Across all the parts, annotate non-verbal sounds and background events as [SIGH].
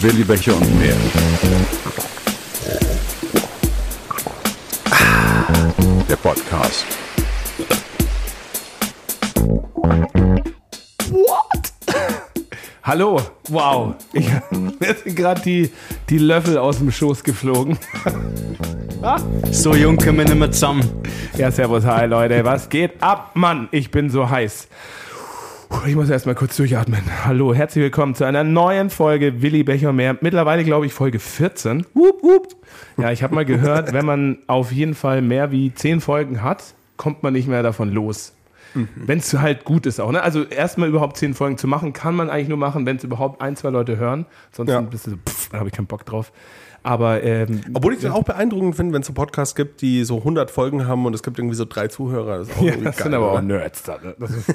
Willi Becher und mehr. Der Podcast. What? Hallo, wow. Ich, mir sind gerade die, die Löffel aus dem Schoß geflogen. Ah. So jung können wir nicht mehr zusammen. Ja, servus, hi Leute, was geht ab? Mann, ich bin so heiß. Ich muss erstmal kurz durchatmen. Hallo, herzlich willkommen zu einer neuen Folge Willi Becher mehr. Mittlerweile, glaube ich, Folge 14. Wup, wup. Ja, ich habe mal gehört, wenn man auf jeden Fall mehr wie 10 Folgen hat, kommt man nicht mehr davon los. Mhm. Wenn es halt gut ist auch. Ne? Also erstmal überhaupt 10 Folgen zu machen, kann man eigentlich nur machen, wenn es überhaupt ein, zwei Leute hören. Sonst Ja. ein bisschen, pff, da habe ich keinen Bock drauf. Aber ähm, Obwohl ich es auch beeindruckend finde, wenn es so Podcasts gibt, die so 100 Folgen haben und es gibt irgendwie so drei Zuhörer. Das, ist auch ja, irgendwie das geil, sind aber oder? auch Nerds da. Ne? Das [LAUGHS] ist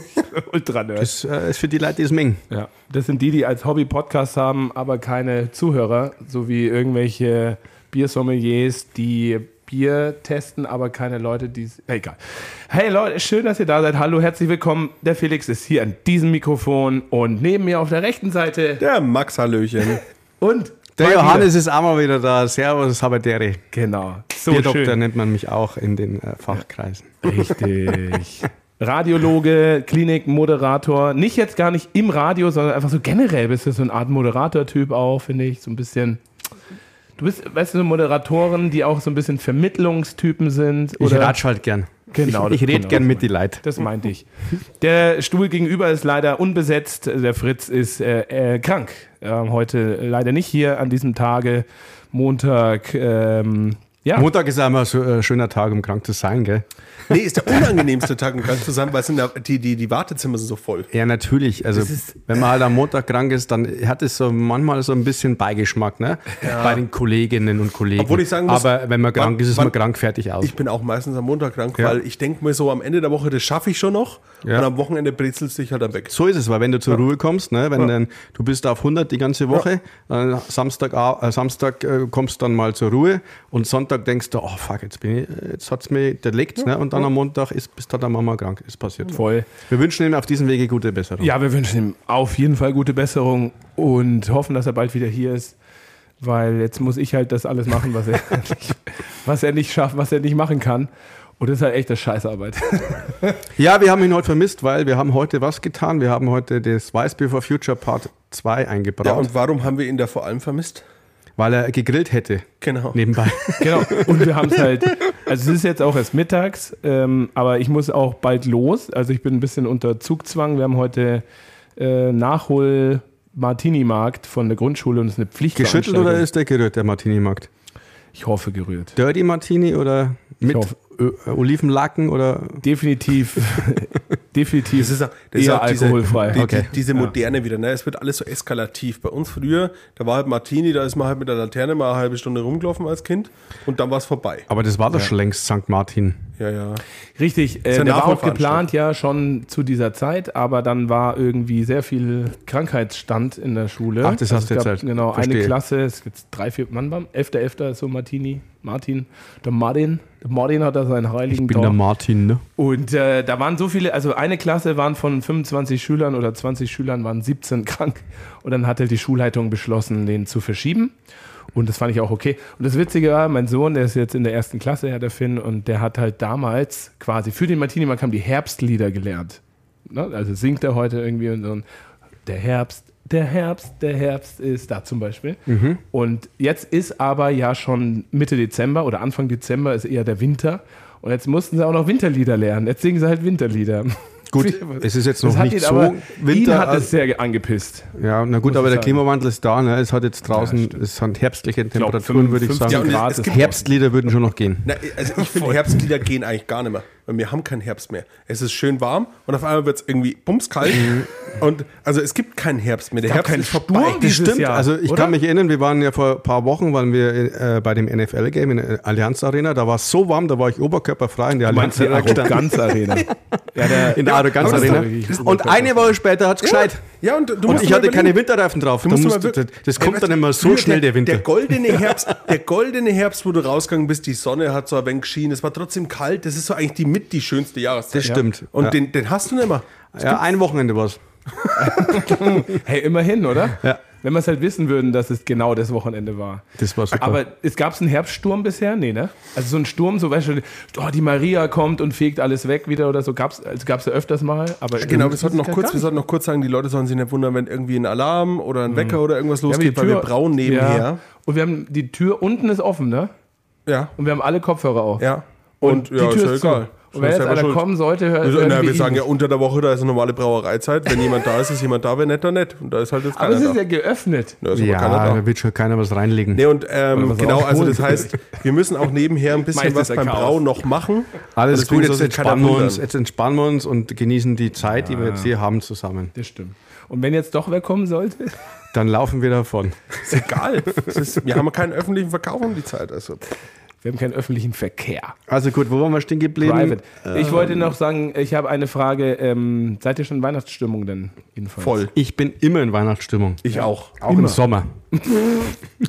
ultra Nerds. Das äh, ist für die Leute, die es mengen. Ja, das sind die, die als Hobby Podcast haben, aber keine Zuhörer, so wie irgendwelche Biersommeliers, die Bier testen, aber keine Leute, die es. Egal. Hey Leute, schön, dass ihr da seid. Hallo, herzlich willkommen. Der Felix ist hier an diesem Mikrofon und neben mir auf der rechten Seite Der Max Hallöchen. und Der mal Johannes ist auch mal wieder da. Servus, Habertere. wieder. Genau. So Bierdoktor schön. nennt man mich auch in den äh, Fachkreisen. Richtig. Radiologe, Klinikmoderator. Nicht jetzt gar nicht im Radio, sondern einfach so generell bist du so eine Art Moderator-Typ auch, finde ich. So ein bisschen. Du bist, weißt du, so Moderatoren, die auch so ein bisschen Vermittlungstypen sind. Ich Oder ratsch halt gern. Genau, ich ich rede genau. gern mit die Leute. Das meinte ich. Der Stuhl gegenüber ist leider unbesetzt. Der Fritz ist äh, äh, krank. Ähm, heute leider nicht hier an diesem Tage. Montag. Ähm, ja, Montag ist einmal so ein schöner Tag, um krank zu sein, gell? [LAUGHS] nee, ist der unangenehmste Tag um im ganzen zusammen, weil es sind da, die, die, die Wartezimmer sind so voll. Ja, natürlich. Also, wenn man halt am Montag krank ist, dann hat es so manchmal so ein bisschen Beigeschmack, ne? Bei den Kolleginnen und Kollegen. Obwohl ich sagen muss, Aber wenn man krank wann- ist, ist wann- man krank fertig aus. Ich bin auch meistens am Montag krank, Ja. weil ich denke mir so, am Ende der Woche, das schaffe ich schon noch. Ja. Und am Wochenende brezelst du dich halt dann weg. So ist es, weil wenn du zur Ruhe kommst, ne, wenn dann, du bist auf 100 die ganze Woche, dann Samstag, au- äh, Samstag äh, kommst dann mal zur Ruhe und Sonntag denkst du, oh fuck, jetzt, bin ich, jetzt hat's mir delegt, ne, und dann am Montag ist, bist du dann Mama krank, ist passiert. voll. Wir wünschen ihm auf diesem Wege gute Besserung. Ja, wir wünschen ihm auf jeden Fall gute Besserung und hoffen, dass er bald wieder hier ist. Weil jetzt muss ich halt das alles machen, was er [LAUGHS] nicht, was er nicht schafft, was er nicht machen kann. Und das ist halt echt eine Scheißarbeit. [LAUGHS] Ja, wir haben ihn heute vermisst, weil wir haben heute was getan. Wir haben heute das Weißbier for Future Part 2 eingebraut, Ja, und warum haben wir ihn da vor allem vermisst? weil er gegrillt hätte Genau. [LAUGHS] nebenbei. Genau. Und wir haben es halt, also es ist jetzt auch erst mittags, ähm, aber ich muss auch bald los. Also ich bin ein bisschen unter Zugzwang. Wir haben heute äh, Nachhol Martini-Markt von der Grundschule und es ist eine Pflicht. Geschüttelt oder ist der gerührt, der Martini-Markt? Ich hoffe gerührt. Dirty Martini oder mit hoffe- Ö- Olivenlacken oder [LAUGHS] Definitiv, definitiv. Das ist, auch- eher das ist auch diese, alkoholfrei. Die, Okay. die, diese moderne wieder. Ne? Es wird alles so eskalativ. Bei uns früher, da war halt Martini, da ist man halt mit der Laterne mal eine halbe Stunde rumgelaufen als Kind und dann war es vorbei. Aber das war doch schon längst St. Martin. Ja, ja. Richtig, äh, eine der war auch Nachholveranstaltung. geplant, ja, schon zu dieser Zeit, aber dann war irgendwie sehr viel Krankheitsstand in der Schule. Ach, das hast es du jetzt gab halt. Genau, eine Verstehe. Klasse, es gibt drei, vier Mann beim. Elfter, Elfter ist so Martini, Martin. Der Martin, der Martin hat da seinen heiligen Bin der Tag. Martin, ne? Und äh, da waren so viele, also eine Klasse waren von 25 Schülern oder 20 Schülern waren 17 krank. Und dann hatte die Schulleitung beschlossen, den zu verschieben. Und das fand ich auch okay. Und das Witzige war, mein Sohn, der ist jetzt in der ersten Klasse, ja, der Finn, und der hat halt damals quasi für den Martini, man kam die Herbstlieder gelernt. Ne? Also singt er heute irgendwie und so. ein, Der Herbst, der Herbst, der Herbst ist da zum Beispiel. Und jetzt ist aber ja schon Mitte Dezember oder Anfang Dezember ist eher der Winter. Und jetzt mussten sie auch noch Winterlieder lernen. Jetzt singen sie halt Winterlieder. [LAUGHS] Gut, es ist jetzt Das noch hat nicht ihn so aber, ihn Winter. hat als- es sehr angepisst. ja, na gut, muss aber ich der sagen. Klimawandel ist da, ne? Es hat jetzt draußen, es sind herbstliche glaub, Temperaturen, würde ich 55 sagen. Ja, Grad und es- es ist gibt- Herbstlieder würden schon noch gehen. Na, also ich finde, Herbstlieder gehen eigentlich gar nicht mehr. Weil wir haben keinen Herbst mehr. Es ist schön warm und auf einmal wird es irgendwie bumskalt. Mhm. und also es gibt keinen Herbst mehr. Der Herbst keinen ist vorbei. Sturm. Das Dieses stimmt. Jahr, also ich oder? kann mich erinnern, wir waren ja vor ein paar Wochen, waren wir äh, bei dem NFL-Game in der Allianz Arena. Da war es so warm, da war ich oberkörperfrei in der Allianz Arena gestanden. Arena? In der Arroganz aber das Arena. ist doch wirklich Und eine Woche später hat es gescheit. Ja, und, du Und musst ich mal hatte überlegen- keine Winterreifen drauf. Du Da musst musst mal du- das, wirklich- das Ey, kommt weißt dann du, immer so früher schnell, der Winter. Der [LAUGHS] goldene Herbst, der goldene Herbst, wo du rausgegangen bist, die Sonne hat so ein wenig geschienen, es war trotzdem kalt. Das ist so eigentlich die mit die schönste Jahreszeit. Das stimmt. Und Ja. den, den hast du nicht mehr. ja, ein Wochenende was. Hey, immerhin, oder? Ja. Wenn wir es halt wissen würden, dass es genau das Wochenende war. Das war super. Aber es gab einen Herbststurm bisher? Nee, ne? Also so ein Sturm, so weißt du, oh, die Maria kommt und fegt alles weg wieder oder so. Gab's, also gab's ja öfters mal. Aber Genau, wir sollten, noch Gar- kurz, gar wir sollten noch kurz sagen, die Leute sollen sich nicht wundern, wenn irgendwie ein Alarm oder Mhm. ein Wecker oder irgendwas nicht. losgeht, weil wir braun Ja. nebenher. Und wir haben die Tür unten ist offen, ne? Ja, Und wir haben alle Kopfhörer auf. ja. Und, die ja, Tür ist, ist ja zu. egal. Und wenn Ist jetzt selber einer schuld. kommen sollte, hört Also, hören na, wir ihn sagen ja, nicht. unter der Woche, da ist eine normale Brauereizeit. Wenn jemand da ist, ist jemand da. Wenn nicht, dann nicht. Und da ist halt jetzt aber keiner es ist da. ja geöffnet. Da ist aber keiner da. Ja, da wird schon keiner was reinlegen. Nee, und ähm, was genau, auch also holen. das heißt, wir müssen auch nebenher ein bisschen Meistens was der beim Chaos. Brauen noch machen. Alles Deswegen Also gut, soll jetzt sich keiner entspannen, wir uns, wundern. jetzt entspannen wir uns und genießen die Zeit, die wir jetzt hier haben zusammen. Das stimmt. Und wenn jetzt doch wer kommen sollte, [LAUGHS] Dann laufen wir davon. Ist egal. Es ist, wir haben keinen öffentlichen Verkauf um die Zeit. Also. wir haben keinen öffentlichen Verkehr. Also gut, wo waren wir stehen geblieben? Private. Ähm. ich wollte noch sagen, ich habe eine Frage. Ähm, seid ihr schon in Weihnachtsstimmung denn? Jedenfalls? Ich bin immer in Weihnachtsstimmung. Ich auch. Auch im Sommer.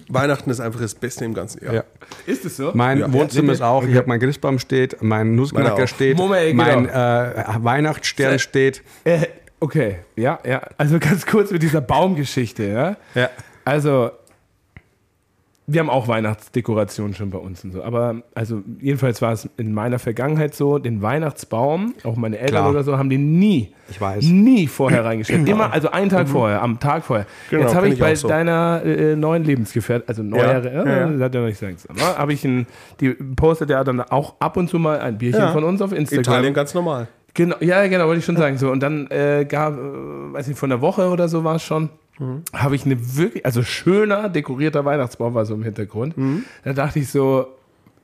Weihnachten ist einfach das Beste im ganzen Jahr. Ja. Ist es so? Mein Ja. Wohnzimmer ist auch, ich habe mein Christbaum steht, mein Meiner Nussknacker auch. steht, Moment, geht mein äh, Weihnachtsstern Se- steht. Äh, okay, ja, ja. Also ganz kurz mit dieser Baumgeschichte, ja. Ja. Also, wir haben auch Weihnachtsdekorationen schon bei uns und so. Aber, also, jedenfalls war es in meiner Vergangenheit so, den Weihnachtsbaum, auch meine Eltern Klar. oder so, haben den nie, Ich weiß. nie vorher reingestellt. Immer, also einen Tag vorher, am Tag vorher. Mhm. Genau, Jetzt habe kenn ich ich bei auch so. deiner äh, neuen Lebensgefährtin, also neuere, ja, ja. äh, das hat ja noch nicht sagen, aber habe ich einen, die postet ja dann auch ab und zu mal ein Bierchen Ja. von uns auf Instagram. Italien ganz normal. Genau, ja, genau, wollte ich schon sagen. So, und dann äh, gab, äh, weiß nicht, von der Woche oder so war es schon, Mhm. habe ich eine wirklich, also schöner dekorierter Weihnachtsbaum war so im Hintergrund. Mhm. Da dachte ich so,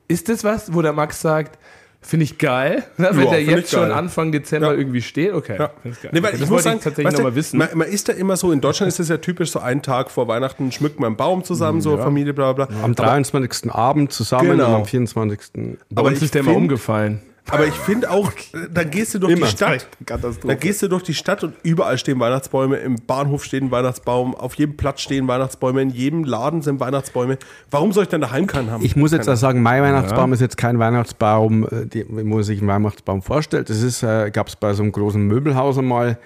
ist das was, wo der Max sagt, finde ich geil, [LAUGHS] ne, wenn Ja, der find jetzt ich geil. schon Anfang Dezember Ja. irgendwie steht? Okay. Ja. find ich geil. Nee, weil Okay, ich muss sagen, tatsächlich weißt du, nochmal wissen. Man, man ist da immer so, in Deutschland ist das ja typisch, so einen Tag vor Weihnachten schmückt man einen Baum zusammen, so Familie, bla bla. bla. Am 23. Abend zusammen Genau. und am 24. Bei uns ich ist der mal find- umgefallen. Aber ich finde auch, dann gehst du durch Immer. die Stadt. Katastrophe. Dann gehst du durch die Stadt und überall stehen Weihnachtsbäume. Im Bahnhof stehen Weihnachtsbaum, auf jedem Platz stehen Weihnachtsbäume, in jedem Laden sind Weihnachtsbäume. Warum soll ich dann daheim keinen haben? Ich muss jetzt auch sagen, mein Weihnachtsbaum ist jetzt kein Weihnachtsbaum, äh, die- wo man sich einen Weihnachtsbaum vorstellt. Das ist, äh, gab es bei so einem großen Möbelhaus einmal.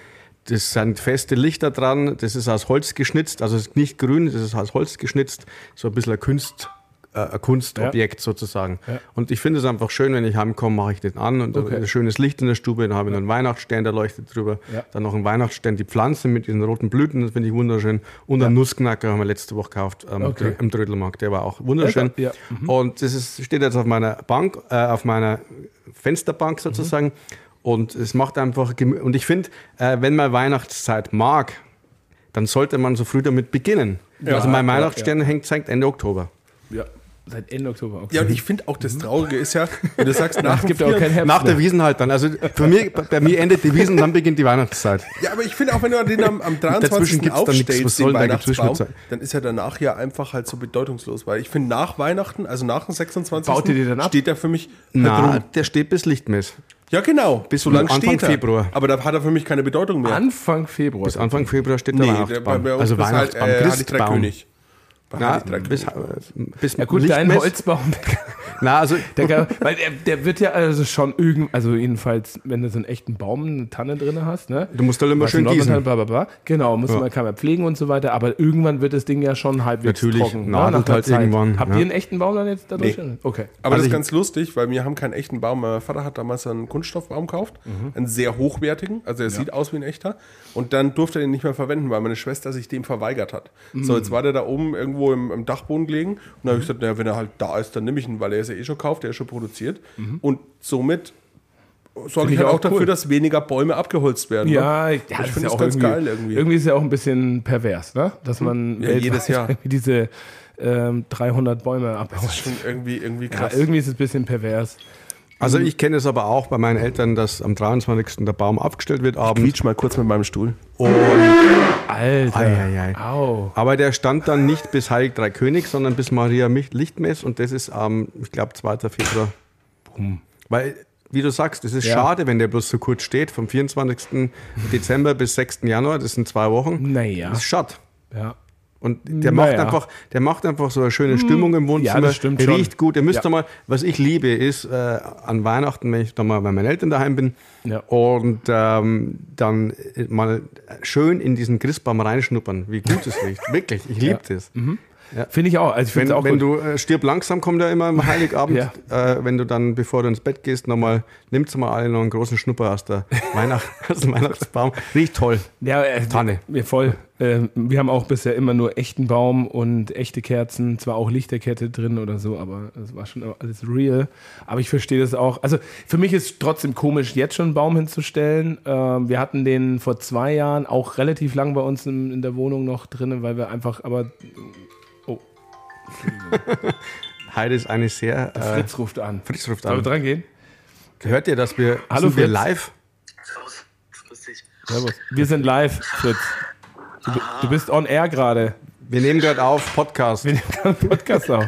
Das sind feste Lichter dran, das ist aus Holz geschnitzt, also es ist nicht grün, das ist aus Holz geschnitzt, so ein bisschen ein Kunst, äh, ein Kunstobjekt sozusagen. Und ich finde es einfach schön, wenn ich heimkomme, mache ich den an und Okay. ein schönes Licht in der Stube, dann habe ich noch einen Weihnachtsstern, der leuchtet drüber, Ja. dann noch einen Weihnachtsstern, die Pflanze mit diesen roten Blüten, das finde ich wunderschön. Und einen Nussknacker haben wir letzte Woche gekauft ähm, Okay. im Trödelmarkt, der war auch wunderschön. Ja, Mhm. Und das ist, steht jetzt auf meiner Bank, äh, auf meiner Fensterbank Mhm. sozusagen. Und es macht einfach, gemü- und ich finde, äh, wenn man Weihnachtszeit mag, dann sollte man so früh damit beginnen. also mein ja, Weihnachtsstern hängt seit Ende Oktober. Ja, seit Ende Oktober. Okay. ja, und ich finde auch, das Traurige ist ja, wenn du [LAUGHS] sagst, nach es gibt dem auch kein vier- Herbst. Nach mehr. der Wiesen halt dann. Also für mich, bei- bei mir endet die Wiesen, dann beginnt die Weihnachtszeit. Ja, aber ich finde auch, wenn du den am, am 23. Dazwischen gibt's dann nichts. Was aufstellst, soll den denn da dazwischen Weihnachtsbaum, sein? dann ist er danach ja einfach halt so bedeutungslos, weil ich finde, nach Weihnachten, also nach dem 26. Baut ihr den dann ab? steht er für mich halt Na, rum. [LAUGHS] der steht bis Lichtmess. Ja, genau. Bis so lang Anfang steht er. Februar. Aber da hat er für mich keine Bedeutung mehr. Anfang Februar. Bis Anfang Februar steht der der- Weihnachtsbaum. bei uns also ist halt, Weihnachtsbaum, äh, Heilig Drei Christbaum. König. Bei Na, Heilig Drei bis, äh, König. bis ja gut, dein Holzbaum. [LAUGHS] Na, also Der, kann- weil der, der wird ja also schon irgend, also jedenfalls, wenn du so einen echten Baum, eine Tanne drin hast, ne? Du musst halt immer Weißt schön du, Nordmann- gießen. Bla, bla, bla. Genau, muss man, kann man pflegen und so weiter, aber irgendwann wird das Ding ja schon halbwegs Natürlich, trocken. ne, nadelt einer halt Zeit. irgendwann, Habt ja. ihr einen echten Baum dann jetzt da Nee. drin? Okay. Aber das ich- ist ganz lustig, weil wir haben keinen echten Baum. Mein Vater hat damals einen Kunststoffbaum gekauft, einen sehr hochwertigen, also er sieht aus wie ein echter. Und dann durfte er den nicht mehr verwenden, weil meine Schwester sich dem verweigert hat. So, jetzt war der da oben irgendwo im, im Dachboden gelegen und da habe ich gesagt, naja, wenn er halt da ist, dann nehme ich ihn, weil er ist ja eh schon gekauft, der ist schon produziert. Und somit sorge ich ich halt auch auch cool. dafür, dass weniger Bäume abgeholzt werden. ne? Ja, ja, das find ist ja das auch ganz irgendwie, geil irgendwie. Irgendwie ist ja auch ein bisschen pervers, ne? Dass man Ja, [LAUGHS] jedes weltweit Jahr. irgendwie diese ähm, 300 Bäume Das ist abhaut. schon irgendwie, irgendwie Ja, krass. irgendwie ist es ein bisschen pervers. Also Mhm. ich kenne es aber auch bei meinen Eltern, dass am 23. der Baum abgestellt wird abends. Quietsch mal kurz mit meinem Stuhl. Und, Alter. Eieiei. Au. aber der stand dann nicht bis Heilig Drei König, sondern bis Maria Mich- Lichtmess und das ist am, ich glaube, 2. Februar. Weil wie du sagst, es ist Ja. schade, wenn der bloß so kurz steht, vom 24. Dezember bis 6. Januar, das sind zwei Wochen. Naja. Das ist schade. Ja. Und der Naja. Hm. macht einfach, der macht einfach so eine schöne Stimmung im Wohnzimmer. Ja, das stimmt Der schon. riecht gut. Ihr müsst Ja. da mal, was ich liebe, ist äh, an Weihnachten, wenn ich da mal bei meinen Eltern daheim bin Ja. und ähm, dann mal schön in diesen Christbaum reinschnuppern, wie gut es [LAUGHS] riecht. Wirklich, ich liebe das. Finde ich auch. Also ich Wenn, finde es Mhm. auch wenn gut. du äh, stirb langsam, kommt ja immer am [LAUGHS] Heiligabend. äh, wenn du dann, bevor du ins Bett gehst, nochmal, nimmst du mal alle noch einen großen Schnupper [LAUGHS] aus, der Weihnacht, aus dem Weihnachtsbaum. Riecht toll. ja, äh, Tanne. Wir voll. Ähm, wir haben auch bisher immer nur echten Baum und echte Kerzen, zwar auch Lichterkette drin oder so, aber es war schon alles real. Aber ich verstehe das auch. Also für mich ist trotzdem komisch, jetzt schon einen Baum hinzustellen. Ähm, wir hatten den vor zwei Jahren auch relativ lang bei uns in, in der Wohnung noch drin, weil wir einfach, aber Heide ist eine sehr. Äh, Fritz ruft an. Fritz ruft Sollen wir an. dran gehen? Hört ihr, dass wir, Hallo, sind wir Fritz. live? Servus, grüß dich. Servus. Wir sind live, Fritz. Du, bi- du bist on air gerade. [LAUGHS] Wir nehmen gerade auf Podcast. Wir nehmen gerade einen Podcast auf.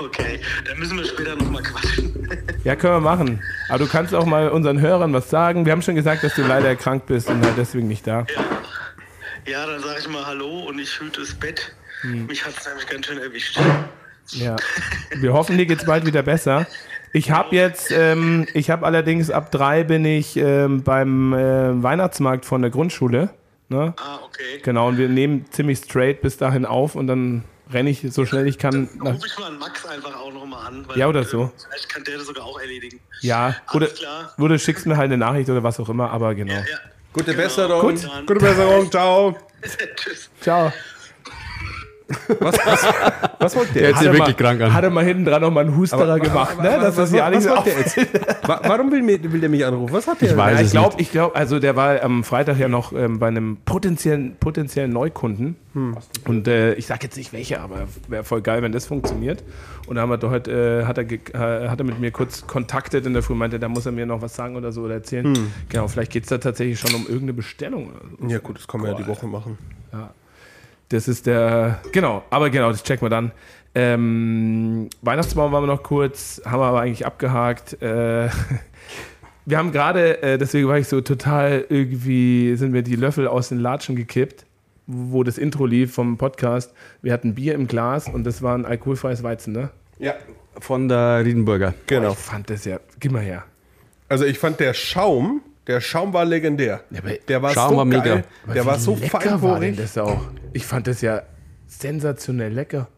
Okay, dann müssen wir später nochmal quatschen. [LAUGHS] Ja, können wir machen. Aber du kannst auch mal unseren Hörern was sagen. Wir haben schon gesagt, dass du leider erkrankt bist und halt deswegen nicht da. Ja, dann sage ich mal Hallo und ich hüte das Bett. Hm. Mich hat es nämlich ganz schön erwischt. Ja. Wir hoffen, dir geht's bald wieder besser. Ich habe jetzt, ähm, ich habe allerdings ab drei bin ich ähm, beim äh, Weihnachtsmarkt von der Grundschule. Ne? Ah, okay. Genau, und wir nehmen ziemlich straight bis dahin auf und dann renne ich so schnell ich kann. Nach, Ruf ich mal an Max einfach auch nochmal an. Weil, Ja, oder so. äh, Vielleicht kann der das sogar auch erledigen. ja, oder, Alles klar. oder schickst mir halt eine Nachricht oder was auch immer, aber genau. Ja. Gute Besserung. Gut. Dann- Gute Besserung, ciao. Tschüss. Ciao. Was, was, was wollt ihr Der jetzt? hört sich wirklich krank an. Hat er mal hinten dran nochmal einen Husterer Aber- gemacht, aber- ne? aber- Dass das was- ja nicht was so macht der jetzt? Wa- Warum will, mir- will der mich anrufen? Was hat der? Ich Ja, weiß ich es glaube, ich glaube, also der war am Freitag ja noch ähm, bei einem potenziellen, potenziellen Neukunden. Hm. Und äh, ich sage jetzt nicht welcher, aber wäre voll geil, wenn das funktioniert. Und da haben wir doch heute, äh, hat, er ge- äh, hat er mit mir kurz kontaktet in der Früh, meinte, da muss er mir noch was sagen oder so oder erzählen. Hm. Genau, vielleicht geht es da tatsächlich schon um irgendeine Bestellung. Oder so. Ja gut, das kann man ja die Woche machen. Das ist der, genau, aber genau, das checken wir dann. Ähm, Weihnachtsbaum waren wir noch kurz, haben wir aber eigentlich abgehakt. Äh, [LAUGHS] wir haben gerade, äh, deswegen war ich so total irgendwie, sind mir die Löffel aus den Latschen gekippt, wo das Intro lief vom Podcast. Wir hatten Bier im Glas und das war ein alkoholfreies Weizen, ne? Ja, von der Riedenburger. Genau. Ich fand das ja, gib mal her. Also ich fand der Schaum, der Schaum war legendär. aber der war Schaum so war mega. geil. Aber Der wie war so lecker war denn feinporig. das auch. Ich fand das ja sensationell lecker.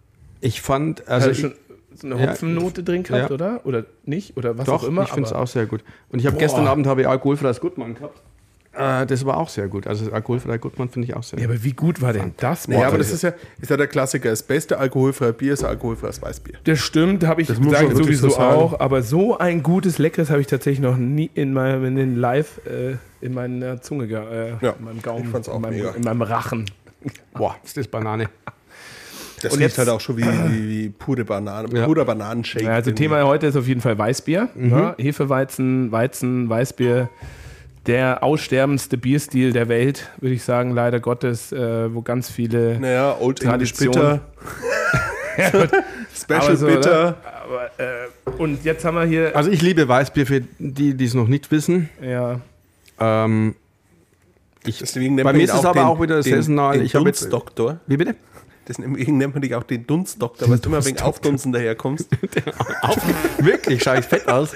Ich fand, Also also ich, schon so eine Hopfennote drin gehabt, Ja. oder? Oder nicht? Oder was doch, auch immer. ich finde es aber- auch sehr gut. Und ich habe gestern Abend habe ich alkoholfreies Gutmann gehabt. Äh, das war auch sehr gut. Also alkoholfreies Gutmann finde ich auch sehr Ja, gut. aber wie gut war denn das? Ja, aber Morten? das ist ja, ist ja der Klassiker. Das beste alkoholfreie Bier ist alkoholfreies Weißbier. Das stimmt, habe ich muss man gesagt, wirklich so sowieso sagen. auch. Aber so ein gutes, leckeres habe ich tatsächlich noch nie in meinem in den Live äh, in meiner Zunge, ge- äh, Ja, in meinem Gaumen, ich fand's auch in, meinem, mega. in meinem Rachen. Boah, ist das Banane. Das Und riecht jetzt- halt auch schon wie, wie, wie pure Banane, Ja. purer Bananenshake. Ja, also Den- Thema heute ist auf jeden Fall Weißbier. Ne? Hefeweizen, Weizen, Weißbier. Der aussterbendste Bierstil der Welt, würde ich sagen, leider Gottes, äh, wo ganz viele Naja, Old English Tradition. Bitter, Special Aber so, Bitter. Aber, äh, und jetzt haben wir hier. Also ich liebe Weißbier für die, die es noch nicht wissen. ja. Ähm, ich, Deswegen nennt bei man mir ihn ist es aber den- auch wieder den, saisonal. Den ich habe jetzt, Dunstdoktor. wie bitte? Deswegen nennt man [LAUGHS] dich auch den Dunstdoktor, weil du immer wegen Aufdunsen [LAUGHS] daherkommst. Wirklich, schaue ich fett aus.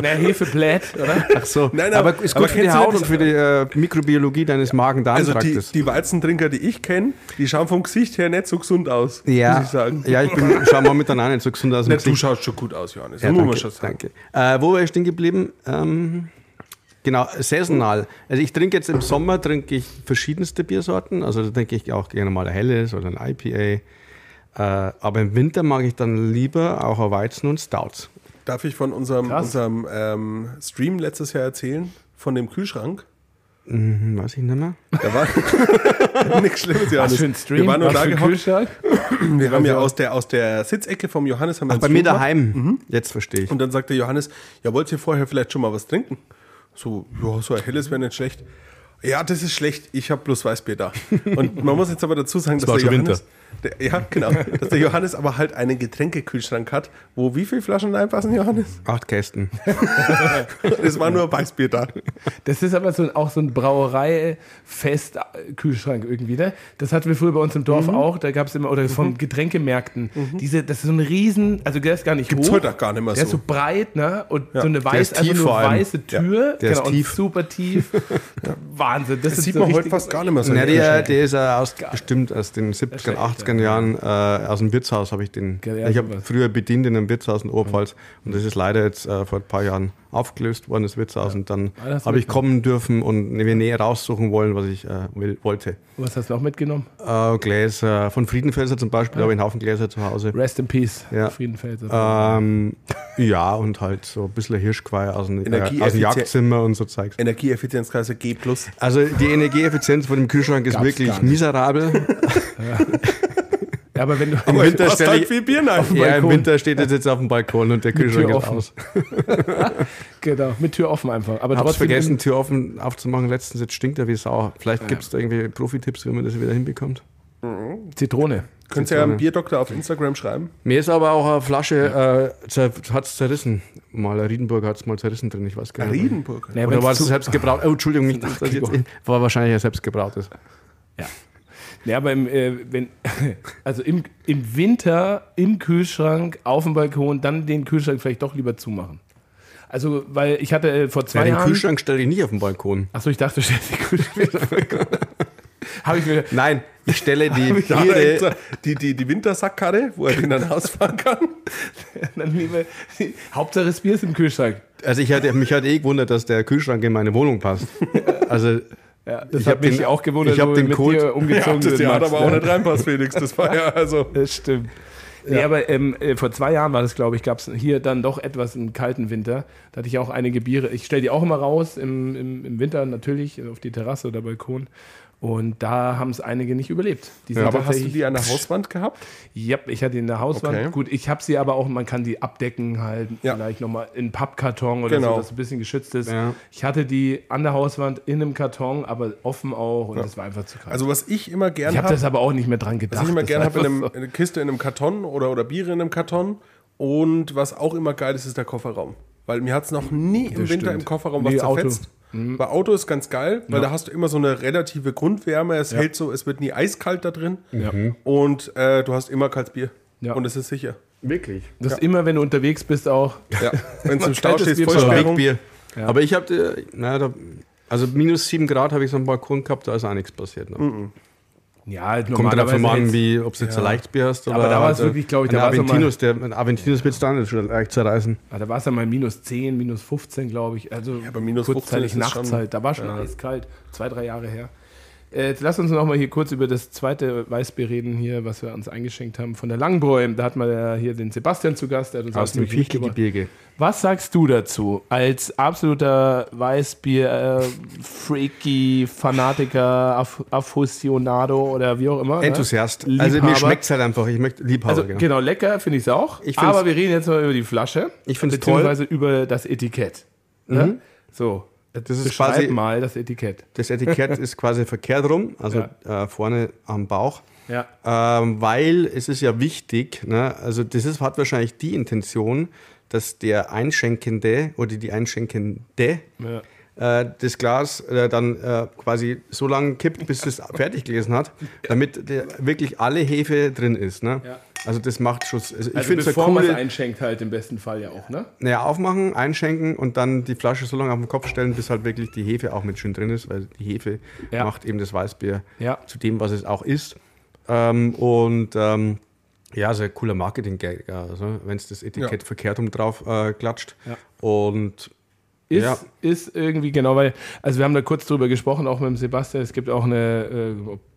Na, Hefeblätt, oder? Ach so. Nein, aber, aber- ist aber gut für die kennst du Haut das- und für die äh, Mikrobiologie deines Also die, Magen-Darm-Traktes. die Weizentrinker, die ich kenne, die schauen vom Gesicht her nicht so gesund aus, ja, muss ich sagen. ja, ich bin schau momentan auch nicht so gesund aus. dem Na, du Gesicht. schaust schon gut aus, Johannes. ja, Muss man danke, schon sagen. danke. Äh, wo war ich stehen geblieben? Ähm, genau, saisonal. Also ich trinke jetzt im Sommer trinke ich verschiedenste Biersorten. Also da trinke ich auch gerne mal ein helles oder ein IPA. Äh, aber im Winter mag ich dann lieber auch ein Weizen und Stouts. Darf ich von unserem, Krass. unserem ähm, Stream letztes Jahr erzählen? Von dem Kühlschrank? [LAUGHS] Hm, weiß ich nicht mehr. Da war nichts Schlimmes, Johannes. Was für ein Stream? Wir waren nur Was da für ein gehockt. Kühlschrank? Wir haben ja aus der, aus der Sitzecke vom Johannes haben wir einen Bei Stream mir gemacht. daheim. Jetzt verstehe ich. Und dann sagte Johannes, ja, wollt ihr vorher vielleicht schon mal was trinken? So, ja, so ein helles wäre nicht schlecht. Ja, das ist schlecht. Ich habe bloß Weißbier da. Und man muss jetzt aber dazu sagen, dass war der schon Johannes, Der, ja, genau. Dass der Johannes aber halt einen Getränkekühlschrank hat, wo wie viele Flaschen reinpassen, Johannes? Acht Kästen. Es war nur Weißbier da. Das ist aber so, ein- auch so ein Brauerei-Fest-Kühlschrank irgendwie. Ne? Das hatten wir früher bei uns im Mhm. Dorf auch. Da gab es immer, oder von Getränkemärkten, diese, das ist so ein riesen, also der ist gar nicht Gibt's hoch. heute auch gar nicht mehr Der ist so. so breit, ne? Und so eine Der ist weiße, also tief nur vor allem. weiße Tür. Genau, der ist und tief. super tief. [LAUGHS] Wahnsinn. Das, Das ist sieht so man heute richtig- fast gar nicht mehr so. Na, einen der, Kühlschrank. der ist ja aus, bestimmt aus den 70er, 80er Jahren äh, aus dem Wirtshaus, habe ich den. Gell, ja, ich habe sowas. früher bedient in einem Wirtshaus in Oberpfalz und das ist leider jetzt äh, vor ein paar Jahren aufgelöst worden, das Wirtshaus. Und dann Ah, das habe ich wird- kommen dürfen und mir näher raussuchen wollen, was ich äh, will, wollte. Was hast du auch mitgenommen? Äh, Gläser von Friedenfelser zum Beispiel, da habe ich einen Haufen Gläser zu Hause. Rest in Peace, Ja. Friedenfelser. Ähm, ja, und halt so ein bisschen Hirschquai aus dem, äh, aus Energieeffizienz- dem Jagdzimmer und so Zeugs. Energieeffizienzkreise G+. Also die Energieeffizienz von dem Kühlschrank ist Gab's gar wirklich nicht. miserabel. Ja, aber wenn du. [LAUGHS] Im Winter Passt stelle halt ich, viel Bier rein. dem ja, [LAUGHS] im Balkon. Winter steht es jetzt auf dem Balkon und der Kühlschrank Tür ist offen. aus. [LAUGHS] genau, mit Tür offen einfach. Aber Hab's trotzdem vergessen, Tür offen aufzumachen. Letztens jetzt stinkt er wie Sau. Vielleicht gibt's da irgendwelche Profi-Tipps, wie man das wieder hinbekommt. Zitrone. Könnt ihr ja einen Bierdoktor auf Instagram schreiben? Mir ist aber auch eine Flasche, äh, zer hat's zerrissen. Mal ein Riedenburg hat's mal zerrissen drin, ich weiß gar nicht. Riedenburg. Nee, Oder wenn's war es zu- selbst gebraut? Oh, Entschuldigung, nicht, dass das jetzt war wahrscheinlich ein selbst gebrautes. Ja, aber im, äh, wenn, [LAUGHS] also im, im Winter im Kühlschrank, auf dem Balkon, dann den Kühlschrank vielleicht doch lieber zumachen. Also, weil ich hatte äh, vor Ja, zwei den Jahren. Kühlschrank stelle ich nicht auf den Balkon. Achso, ich dachte, [LAUGHS] du stellst den Kühlschrank auf den Balkon. Habe ich mir. [LAUGHS] Nein, ich [LAUGHS] stelle die Da hat er Biere extra die, die, die Wintersackkarre, wo er den dann ausfahren [LAUGHS] kann. Dann lieber, [LAUGHS] Hauptsache, das Bier ist im Kühlschrank. Also ich hatte, mich hat eh gewundert, dass der Kühlschrank in meine Wohnung [LAUGHS] passt. Also Ja, das Ich hat hab mich den- auch gewundert, ich hab wo den wir mit Code- dir [LAUGHS] umgezogen das sind. Jahr hat Max, [LAUGHS] aber auch ne? nicht reinpasst, Felix. Das war ja also. Das stimmt. Ja, aber ähm, äh, vor zwei Jahren war das, glaube ich, gab es hier dann doch etwas einen kalten Winter. Da hatte ich auch einige Biere. Ich stelle die auch immer raus im, im, im Winter natürlich äh, auf die Terrasse oder Balkon. Und da haben es einige nicht überlebt. Die sind Aber hast du tatsächlich- die an der Hauswand gehabt? Ja, ich hatte die in der Hauswand. Okay. Gut, ich habe sie aber auch, man kann die abdecken halt, Ja. vielleicht nochmal in Pappkarton oder Genau. so, dass es ein bisschen geschützt ist. Ja. Ich hatte die an der Hauswand in einem Karton, aber offen auch und das war einfach zu kalt. Also, was ich immer gern ich habe hab- das aber auch nicht mehr dran gedacht. Was ich immer Das gerne war habe, in, einfach einem- so. in einer Kiste in einem Karton oder, oder Biere in einem Karton. Und was auch immer geil ist, ist der Kofferraum. Weil mir hat es noch nie im Winter stimmt. im Kofferraum was Nee, Auto. zerfetzt. Bei Auto ist ganz geil, weil da hast du immer so eine relative Grundwärme. Es hält so, es wird nie eiskalt da drin. Und äh, du hast immer kaltes Bier. Ja. Und es ist sicher. wirklich. Das immer, wenn du unterwegs bist, auch. Ja. [LAUGHS] Wenn du im Stau kaltes stehst, Bier voll zur Sperrung. Wegbier. Aber ich habe, naja, da, also minus 7 Grad habe ich so einen Balkon gehabt, da ist auch nichts passiert. Ne? Ja, halt Kommt davon Hm, normalerweise an, jetzt- wie, ob du jetzt ein Leichtbier hast oder Aber da war halt, es äh, wirklich, glaub ich, ein da war es Aventinus, der ein Aventinus wird es dann schon leicht zerreißen. Ah, da war es ja mal minus 10, minus 15, glaube ich. Also aber minus 15 kurzzeitig ist es nachts schon- halt. Da war schon eiskalt. Zwei, drei Jahre her. Äh, Jetzt lass uns noch mal hier kurz über das zweite Weißbier reden hier, was wir uns eingeschenkt haben von der Langbräu. Da hat man ja hier den Sebastian zu Gast, der hat uns Aus dem ausführlich mitgebracht. Fichtelgebirge. Was sagst du dazu als absoluter Weißbier-Freaky, Fanatiker, Aff Affusionado oder wie auch immer? ne? Enthusiast. Also mir Liebhaber. schmeckt es halt einfach. Ich möchte Liebhaber, Also genau. genau, lecker finde ich es auch. Ich find's- aber wir reden jetzt mal über die Flasche. Ich find's Mhm. beziehungsweise über das Etikett. Ne? So, Das ist beschreib quasi- mal das Etikett. [LAUGHS] Das Etikett ist quasi verkehrt rum, also äh, vorne am Bauch. Ja. Ähm, weil es ist ja wichtig, ne? also das ist, hat wahrscheinlich die Intention, dass der Einschenkende oder die Einschenkende Ja. äh, das Glas äh, dann äh, quasi so lange kippt, bis es fertig gelesen hat, damit der, wirklich alle Hefe drin ist. Ne? Ja. Also das macht schon, also ich Also finde es eine bevor man es coole, einschenkt halt im besten Fall ja auch, ne? naja, aufmachen, einschenken und dann die Flasche so lange auf den Kopf stellen, bis halt wirklich die Hefe auch mit schön drin ist, weil die Hefe Ja. macht eben das Weißbier Ja. zu dem, was es auch ist. Ähm, und ähm, ja, so ein cooler Marketing-Gag, also, wenn es das Etikett Ja. verkehrt um drauf äh, klatscht. Ja. Und Ist, Ja. ist irgendwie, genau, weil, also wir haben da kurz drüber gesprochen, auch mit dem Sebastian. Es gibt auch eine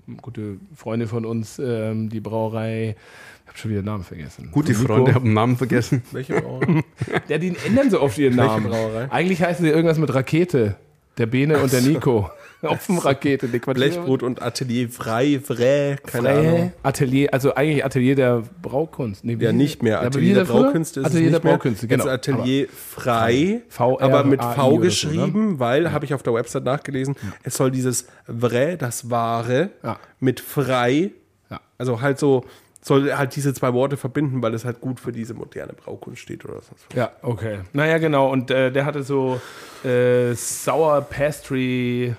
äh, gute Freundin von uns, ähm, die Brauerei, ich habe schon wieder den Namen vergessen. gute Nico. Freunde haben den Namen vergessen. Welche Brauerei? Ja, die ändern so oft ihren Namen. Brauerei? Eigentlich heißen sie irgendwas mit Rakete. Der Bene und der [LAUGHS] Nico. Offen-Rakete. die quatschen immer- Blechbrot und Atelier frei, frei, keine Ahnung. Freie Atelier, also eigentlich Atelier der Braukunst. Nee, wie Ja, hieß nicht es? mehr. Ja, aber wie Atelier der hieß er früher? Braukünste ist Atelier es der nicht mehr. Braukünste, genau. Jetzt Atelier frei, V R aber mit A I V oder so, ne? geschrieben, weil, habe ich auf der Website nachgelesen, es soll dieses vrai, das Wahre, Ja. mit frei Ja. Also halt so, soll halt diese zwei Worte verbinden, weil es halt gut für diese moderne Braukunst steht oder so. Ja, okay. Naja, genau. Und äh, der hatte so äh, Sour Pastry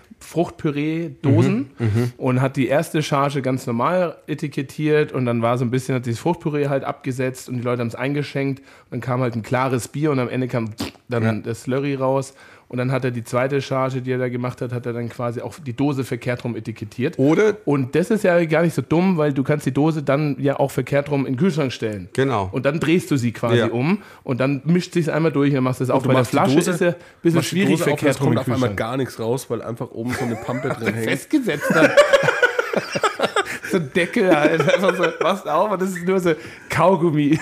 Fruchtpüree-Dosen Mhm, und hat die erste Charge ganz normal etikettiert und dann war so ein bisschen, hat dieses Fruchtpüree halt abgesetzt und die Leute haben es eingeschenkt. Und dann kam halt ein klares Bier und am Ende kam dann das Slurry raus. Und dann hat er die zweite Charge, die er da gemacht hat, hat er dann quasi auch die Dose verkehrt rum etikettiert. Oder Und das ist ja gar nicht so dumm, weil du kannst die Dose dann ja auch verkehrt rum in den Kühlschrank stellen. Genau. Und dann drehst du sie quasi Ja. um und dann mischt sich einmal durch und dann machst du es auf. du Bei der machst die Flasche Dose- ist ja ein bisschen Machst die schwierig Dose auf, verkehrt es rum in kommt den auf einmal Kühlschrank. gar nichts raus, weil einfach oben so eine Pampe [LAUGHS] drin hängt. Festgesetzt dann. so ein Deckel halt. [LAUGHS] Einfach so, machst auf und das ist nur so Kaugummi.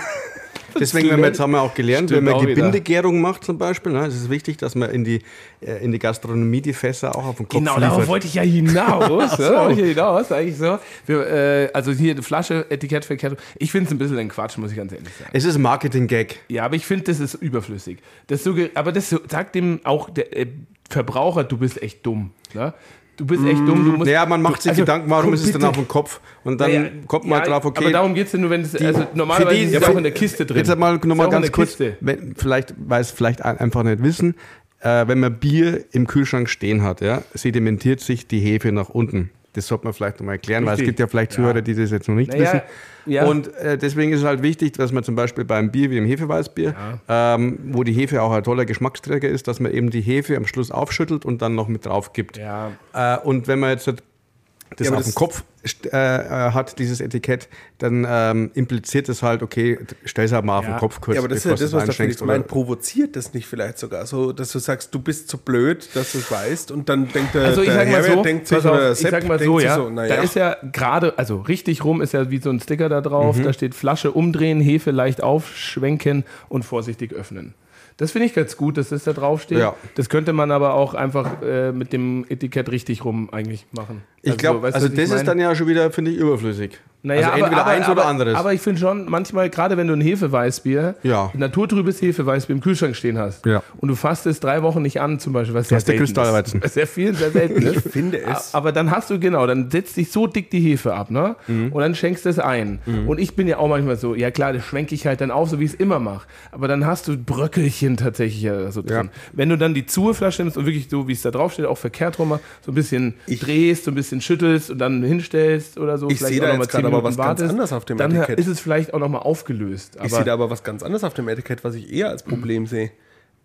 Deswegen, wenn wir jetzt haben wir auch gelernt, Stimmt wenn man auch wieder. Gebindegärung macht zum Beispiel, ne, es ist wichtig, dass man in die, äh, in die Gastronomie die Fässer auch auf den Kopf Genau, liefert. darauf [LAUGHS] wollte ich ja hinaus. ne? Wollte ich ja hinaus, eigentlich so. Wir, äh, also hier eine Flasche, Etikett verkehrt. rum. Ich finde es ein bisschen ein Quatsch, muss ich ganz ehrlich sagen. es ist ein Marketing-Gag. Ja, aber ich finde, das ist überflüssig. Das sugge- aber das so- sagt dem auch der äh, Verbraucher, du bist echt dumm. Ne? Du bist echt dumm. Du musst, Naja, man macht sich also, Gedanken, warum komm, ist es denn bitte. auf dem Kopf? Und Mm, dann Naja, kommt man ja, drauf, okay. Aber darum geht es ja nur, wenn es. Also normalerweise für ist die- es ja, auch in der Kiste drin. Jetzt mal Ist nochmal auch in ganz der kurz, Kiste. wenn, vielleicht, weil es vielleicht ein- einfach nicht wissen, äh, wenn man Bier im Kühlschrank stehen hat, ja, sedimentiert sich die Hefe nach unten. Das sollte man vielleicht nochmal erklären, weil es Richtig. gibt ja vielleicht Zuhörer, die das jetzt noch nicht Naja, wissen. ja. Und äh, deswegen ist es halt wichtig, dass man zum Beispiel beim Bier wie im Hefeweißbier, ähm, wo die Hefe auch ein toller Geschmacksträger ist, dass man eben die Hefe am Schluss aufschüttelt und dann noch mit drauf gibt. Ja. Äh, und wenn man jetzt halt das Ja, aber auf dem das- Kopf st- äh, äh, hat, dieses Etikett, dann ähm, impliziert es halt, okay, t- stell's halt mal auf den Ja. Kopf kurz, Ja, aber das ist ja bevor das, du's was der Felix einschenkst, oder- meint. Provoziert das nicht vielleicht sogar so, dass du sagst, du bist zu blöd, dass du es weißt und dann denkt der, Also ich Äh, der sag mal Herbert so, denkt sich, pass auf, oder der ich Sepp sag mal denkt so, sich ja, so, na da ja. ist ja gerade, also richtig rum ist ja wie so ein Sticker da drauf, Mhm. da steht Flasche umdrehen, Hefe leicht aufschwenken und vorsichtig öffnen. Das finde ich ganz gut, dass das da drauf steht. Ja. Das könnte man aber auch einfach äh, mit dem Etikett richtig rum eigentlich machen. Ich glaube, weißt also, du, was das meine? ist dann ja schon wieder, finde ich, überflüssig. Naja, also entweder aber, eins aber, oder aber, anderes. Aber ich finde schon, manchmal, gerade wenn du ein Hefeweißbier, Ja. ein naturtrübes Hefeweißbier im Kühlschrank stehen hast Ja. und du fasst es drei Wochen nicht an, zum Beispiel, was sehr ist der selten Kristallweizen. ist. Was [LAUGHS] Sehr viel, sehr selten ist. Ich finde es. A- Aber dann hast du, genau, dann setzt dich so dick die Hefe ab, ne? Mhm. Und dann schenkst du es ein. Und ich bin ja auch manchmal so, ja klar, das schwenke ich halt dann auf, so wie ich es immer mache. Aber dann hast du Bröckelchen tatsächlich ja so drin. Wenn du dann die Zuheflasche nimmst und wirklich so, wie es da draufsteht, auch verkehrt rum machst, so ein bisschen drehst, so ein bisschen schüttelst und dann hinstellst oder so, Ich sehe da auch noch mal jetzt 10 gerade aber Minuten was ganz anderes auf dem dann Etikett. ist es vielleicht auch nochmal aufgelöst. Ich sehe Aber Mhm. da aber was ganz anderes auf dem Etikett, was ich eher als Problem sehe.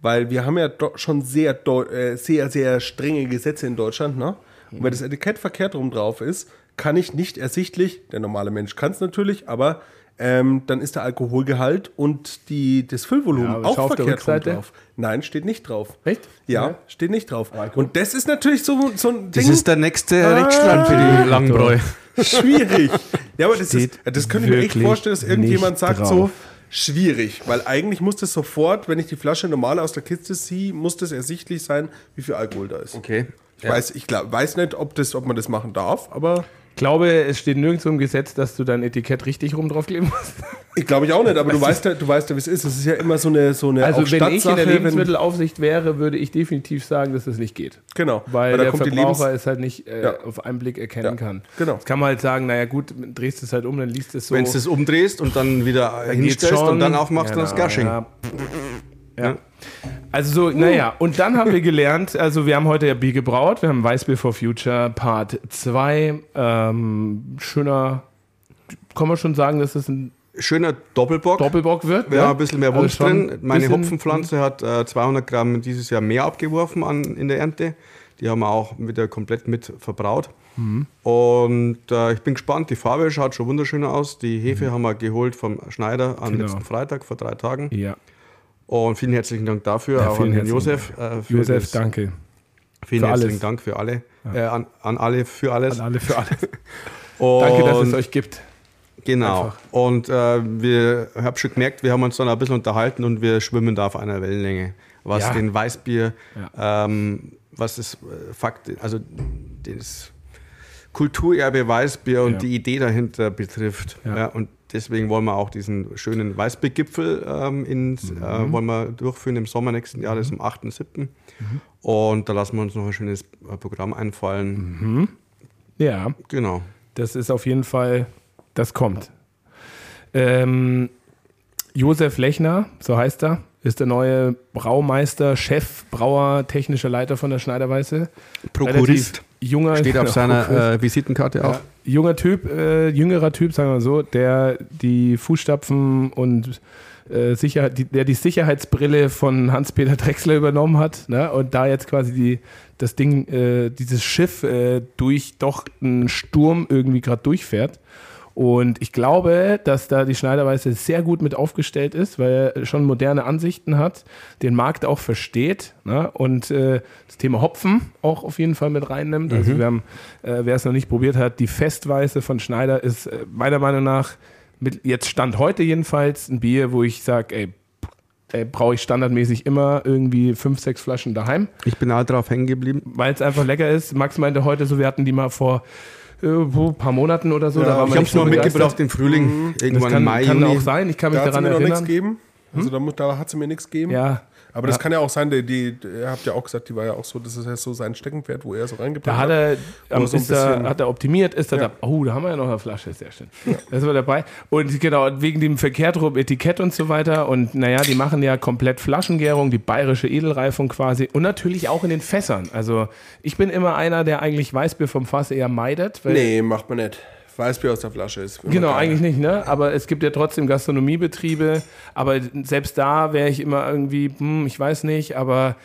Weil wir haben ja doch schon sehr, deu- äh, sehr, sehr strenge Gesetze in Deutschland. Ne? Und Mhm. wenn das Etikett verkehrt rum drauf ist, kann ich nicht ersichtlich, der normale Mensch kann es natürlich, aber ähm, dann ist der Alkoholgehalt und die, das Ja, Füllvolumen aber schau auch auf der verkehrt rum Rückseite. drauf. Nein, steht nicht drauf. Echt? Ja, Ja. steht nicht drauf. Und das ist natürlich so, so ein das Ding. ist der nächste Rechtsstrand für die Langbräu. Schwierig. [LAUGHS] Ja, aber das, ist, Steht das könnte ich mir echt wirklich vorstellen, dass irgendjemand nicht sagt so, drauf. schwierig. Weil eigentlich muss das sofort, wenn ich die Flasche normal aus der Kiste ziehe, muss das ersichtlich sein, wie viel Alkohol da ist. Okay. Ich weiß, ich glaub, weiß nicht, ob, das, ob man das machen darf, aber ich glaube, es steht nirgendwo im Gesetz, dass du dein Etikett richtig rum draufkleben musst. ich glaube ich auch nicht. Aber du weißt ja, du weißt ja, wie es ist. Es ist ja immer so eine, so eine Also auch wenn ich in Stadtsache, der wenn- Lebensmittelaufsicht wäre, würde ich definitiv sagen, dass es nicht geht. Genau. Weil, da der kommt die Verbraucher Lebens- es halt nicht äh, Ja. auf einen Blick erkennen Ja, kann. genau. Jetzt kann man halt sagen, naja gut, drehst es halt um, dann liest es so. Wenn du das umdrehst und dann wieder geht's hinstellst schon. und dann aufmachst, dann ist na, Gashing. Ja. Ja. Also so, naja, und dann haben wir gelernt, also wir haben heute ja Bier gebraut, wir haben Weißbier for Future Part 2. Ähm, schöner, kann man schon sagen, dass es ein Schöner Doppelbock. Doppelbock wird. Ja, ne? ein bisschen mehr Wumms Also schon ein drin. Meine bisschen- mhm. Hopfenpflanze hat äh, 200 Gramm dieses Jahr mehr abgeworfen an, in der Ernte. Die haben wir auch wieder komplett mit verbraut. Mhm. Und äh, ich bin gespannt. Die Farbe schaut schon wunderschön aus. Die Hefe haben wir geholt vom Schneider am Mhm. Genau. letzten Freitag vor drei Tagen. Ja, Und vielen herzlichen Dank dafür. auch vielen an den herzlichen Josef. Äh, für Josef, das- danke. Vielen für herzlichen alles. Dank für alle. Äh, an, an alle für alles. An alle für alles. Und Danke, dass es euch gibt. Genau. Einfach. Und äh, wir haben schon gemerkt, wir haben uns dann ein bisschen unterhalten und wir schwimmen da auf einer Wellenlänge. Was Ja. den Weißbier, ähm, was ist äh, Fakt, also das Kulturerbe Weißbier und Ja. die Idee dahinter betrifft. Ja. Ja. und deswegen wollen wir auch diesen schönen Weißbiergipfel ähm, ins, Mhm. äh, wollen wir durchführen im Sommer nächsten Jahres, am 8.7. Mhm. Und da lassen wir uns noch ein schönes Mhm. äh, Programm einfallen. Ja. Genau. Das ist auf jeden Fall, Das kommt. Ähm, Josef Lechner, so heißt er, ist der neue Braumeister, Chef, Brauer, technischer Leiter von der Schneiderweiße. Prokurist. Relativ Junger, genau. [LAUGHS] Steht auf seiner äh, Visitenkarte auch. junger Typ, äh, jüngerer Typ, sagen wir mal so, der die Fußstapfen und äh, Sicherheit, die, der die Sicherheitsbrille von Hans-Peter Drechsler übernommen hat ne? und da jetzt quasi die, das Ding, äh, dieses Schiff äh, durch doch einen Sturm irgendwie gerade durchfährt. Und ich glaube, dass da die Schneiderweiße sehr gut mit aufgestellt ist, weil er schon moderne Ansichten hat, den Markt auch versteht ne? und äh, das Thema Hopfen auch auf jeden Fall mit reinnimmt. Mhm. Also wir haben, äh, wer es noch nicht probiert hat, die Festweiße von Schneider ist äh, meiner Meinung nach, mit, jetzt stand heute jedenfalls, ein Bier, wo ich sage, ey, ey brauche ich standardmäßig immer irgendwie fünf, sechs Flaschen daheim Ich bin auch drauf hängen geblieben. weil es einfach lecker ist. Max meinte heute so, wir hatten die mal vor äh, wo, ein paar Monaten oder so. da waren wir ich habe nicht es so noch begeistert. Mhm. mitgebracht im Frühling. Das Irgendwann kann, Mai, kann Juni. auch sein, ich kann mich Da hat sie daran mir noch nichts erinnern. gegeben. Also da, mu- da hat sie mir nichts gegeben. Ja, Aber das kann ja auch sein, die, die, ihr habt ja auch gesagt, die war ja auch so, das ist ja so sein Steckenpferd, wo er so reingebracht da hat er, am, so ein ist er, bisschen- hat er optimiert, ist er Ja. da, oh, da haben wir ja noch eine Flasche, sehr schön. Das war dabei. Und genau, wegen dem Verkehr drum, Etikett und so weiter. Und naja, die machen ja komplett Flaschengärung, die bayerische Edelreifung quasi. Und natürlich auch in den Fässern. Also ich bin immer einer, der eigentlich Weißbier vom Fass eher meidet, weil Nee, macht man nicht. Weißbier aus der Flasche ist. immer Genau, geil. eigentlich nicht, ne? Aber es gibt ja trotzdem Gastronomiebetriebe. Aber selbst da wäre ich immer irgendwie, hm, ich weiß nicht, aber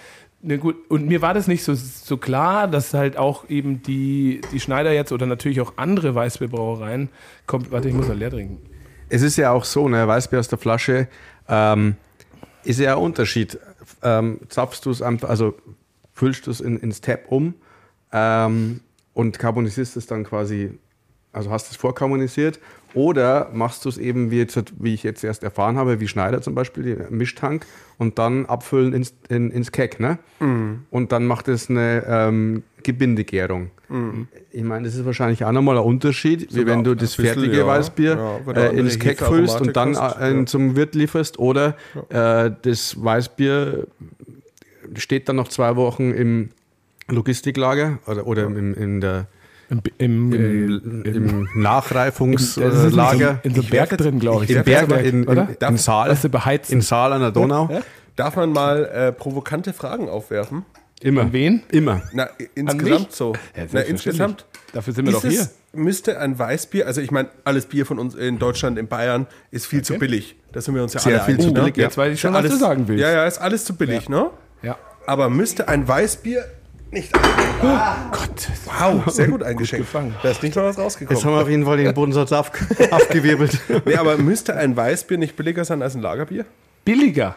ne, gut. Und mir war das nicht so, so klar, dass halt auch eben die, die Schneider jetzt oder natürlich auch andere Weißbierbrauereien kommt. Warte, ich muss mal leer trinken. Es ist ja auch so, ne, Weißbier aus der Flasche ähm, ist ja ein Unterschied. Ähm, zapfst du es einfach, also füllst du es in, ins Tab um ähm, und carbonisierst es dann quasi, also hast es vorkarbonisiert oder machst du es eben, wie, jetzt, wie ich jetzt erst erfahren habe, wie Schneider zum Beispiel, den Mischtank und dann abfüllen ins, in, ins Keck, ne? Mhm. Und dann macht es eine ähm, Gebindegärung. Ich meine, das ist wahrscheinlich auch nochmal ein Unterschied, wie wenn du Mhm. ein das bisschen, fertige ja. Weißbier Ja, wenn du äh, andere ins Keck Hefearomatik füllst und dann hast, äh, ja. zum Wirt lieferst oder äh, das Weißbier steht dann noch zwei Wochen im Logistiklager oder, oder im, in der Im, im, im, äh, im das ist nicht Nachreifungslager in so einem Berg werd drin, jetzt- glaube ich. im Berg in, in, oder? in, im Saal, Lass sie beheizen. im Saal an der Donau. Darf man mal äh, provokante Fragen aufwerfen? Immer. An wen? Immer. Na, i- insgesamt mich? so. Na, selbstverständlich. insgesamt. Dafür sind wir doch hier. Es, müsste ein Weißbier, also ich meine, alles Bier von uns in Deutschland, in Bayern, ist viel zu billig. Da sind wir uns ja Sehr alle viel einig, zu ne? billig, Jetzt weiß ich schon, was alles, du sagen willst. Ja, ja, ist alles zu billig, ne? Ja. Aber müsste ein Weißbier nicht. Ah, Oh Gott, wow, [LAUGHS] sehr gut eingeschenkt. gefangen. da ist nicht mal was rausgekommen. Jetzt haben wir auf jeden Fall den Bodensatz auf, [LAUGHS] aufgewirbelt. Nee, aber müsste ein Weißbier nicht billiger sein als ein Lagerbier? billiger.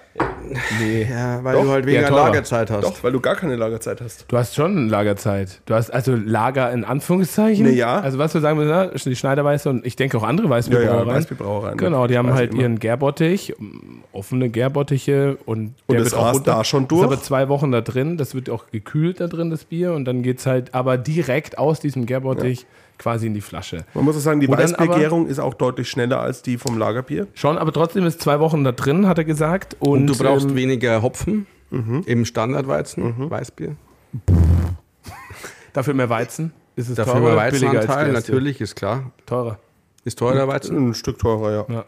Ja, weil Doch. du halt weniger Ja, teurer. Lagerzeit hast. Doch, weil du gar keine Lagerzeit hast. Du hast schon Lagerzeit. Du hast also Lager in Anführungszeichen. Nee, ja. Also was wir sagen müssen, ne? die Schneiderweiße und ich denke auch andere Ja, Weißbierbrauereien. ja, Weißbierbrauereien. Genau, die haben Weiß halt ich immer. ihren Gärbottich, m, offene Gärbottiche und Und das rast da schon durch? Ist aber zwei Wochen da drin, das wird auch gekühlt da drin, das Bier. Und dann geht's halt aber direkt aus diesem Gärbottich quasi in die Flasche. Man muss auch sagen, die Wo dann aber- Weißbiergärung ist auch deutlich schneller als die vom Lagerbier. Schon, aber trotzdem ist zwei Wochen da drin, hat er gesagt. Und, Und Mhm. du brauchst ähm, weniger Hopfen im Standardweizen, Weißbier. dafür mehr Weizen. Ist es Dafür teurer war oder billiger als Weizenanteil Gerste? natürlich, ist klar. Teurer. Ist teurer Weizen. Ein Stück teurer, ja. Ja.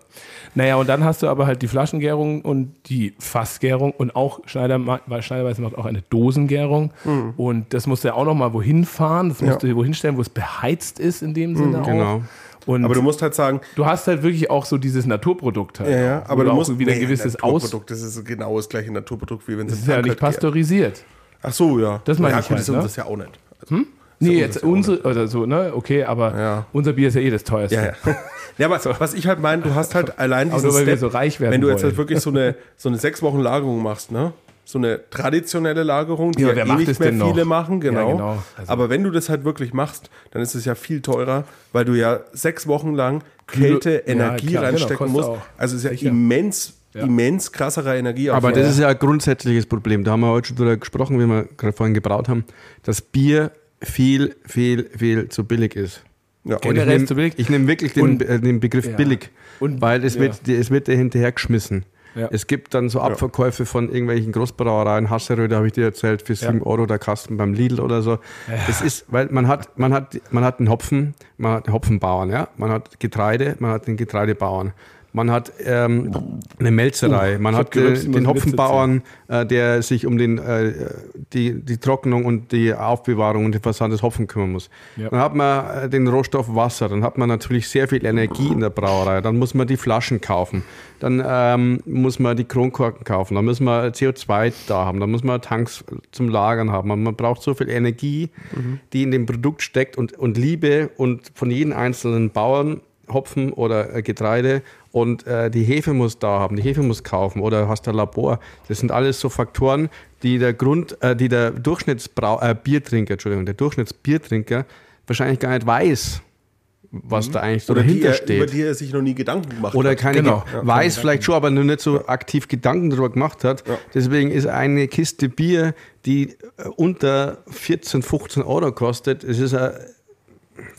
Naja, und dann hast du aber halt die Flaschengärung und die Fassgärung und auch Schneider, weil Schneiderweiß macht auch eine Dosengärung. Und das musst du ja auch nochmal wohin fahren, das musst Hm. Ja. Hm, du wohin stellen, wo es beheizt ist in dem Sinne. genau. Auch. Und Aber du du, musst halt sagen, hast halt wirklich auch so dieses Naturprodukt halt. ja, ja, auch, wo aber du musst auch wieder ein Nee, gewisses Aus. Naturprodukt, Das ist genau das gleiche Naturprodukt, wie wenn es Das ist ja nicht pasteurisiert. Ach so, ja. Das meine ja, ich gut, halt, das ist ne? das ja auch nicht. Nee, unser jetzt ist ja auch unsere, oder so, ne? Okay, aber Ja. unser Bier ist ja eh das teuerste. Ja, ja. [LAUGHS] ja aber was ich halt meine, du hast halt allein diesen nur, weil wir Step, so reich werden wenn du jetzt wollen. halt wirklich so eine, so eine sechs Wochen Lagerung machst, ne? So eine traditionelle Lagerung, die Ja, ja, wer eh macht nicht es mehr denn noch? viele machen, genau. Ja, genau. Also- aber wenn du das halt wirklich machst, dann ist es ja viel teurer, weil du ja sechs Wochen lang Kälte, Ja, Energie klar, genau, reinstecken kostet musst. auch. Also es ist ja Sicher. immens, Ja. immens krasserer Energie. Aber das ist ja ein grundsätzliches Problem. Da haben wir heute schon drüber gesprochen, wie wir gerade vorhin gebraut haben, dass Bier viel, viel, viel zu billig ist. ja. Und Generell ich ist genau zu billig. Ich nehme wirklich den, Und- äh, den Begriff Ja. billig, Und- weil es ja. wird, die- es wird dir hinterhergeschmissen. Ja. Es gibt dann so Abverkäufe von irgendwelchen Großbrauereien, Hasseröder habe ich dir erzählt, für 7 Euro der Kasten beim Lidl oder so. Es ist, weil man hat, man hat, man hat einen Hopfen, man hat einen Hopfenbauern, ja, man hat Getreide, man hat den Getreidebauern. Man hat ähm, eine Melzerei, man hab hat äh, gerülpst, muss den ein Witz Hopfenbauern, äh, der sich um den, äh, die, die Trocknung und die Aufbewahrung und den Versand des Hopfen kümmern muss. Ja. Dann hat man äh, den Rohstoff Wasser, dann hat man natürlich sehr viel Energie in der Brauerei, dann muss man die Flaschen kaufen, dann ähm, muss man die Kronkorken kaufen, dann muss man CO2 da haben, dann muss man Tanks zum Lagern haben. Man- Man braucht so viel Energie, Mhm. die in dem Produkt steckt und, und Liebe und von jedem einzelnen Bauern Hopfen oder äh, Getreide und äh, die Hefe muss da haben, die Hefe muss kaufen oder hast ein Labor. Das sind alles so Faktoren, die der Grund, äh, die der Durchschnittsbrau äh, Biertrinker, Entschuldigung, der Durchschnittsbiertrinker wahrscheinlich gar nicht weiß, was da eigentlich so Mhm. Oder die dahinter er, über steht. die er sich noch nie Gedanken gemacht Oder hat. keine Genau. Ge- weiß vielleicht schon, aber nur nicht so aktiv Gedanken darüber gemacht hat. Deswegen ist eine Kiste Bier, die äh, unter 14, 15 Euro kostet, es ist, äh,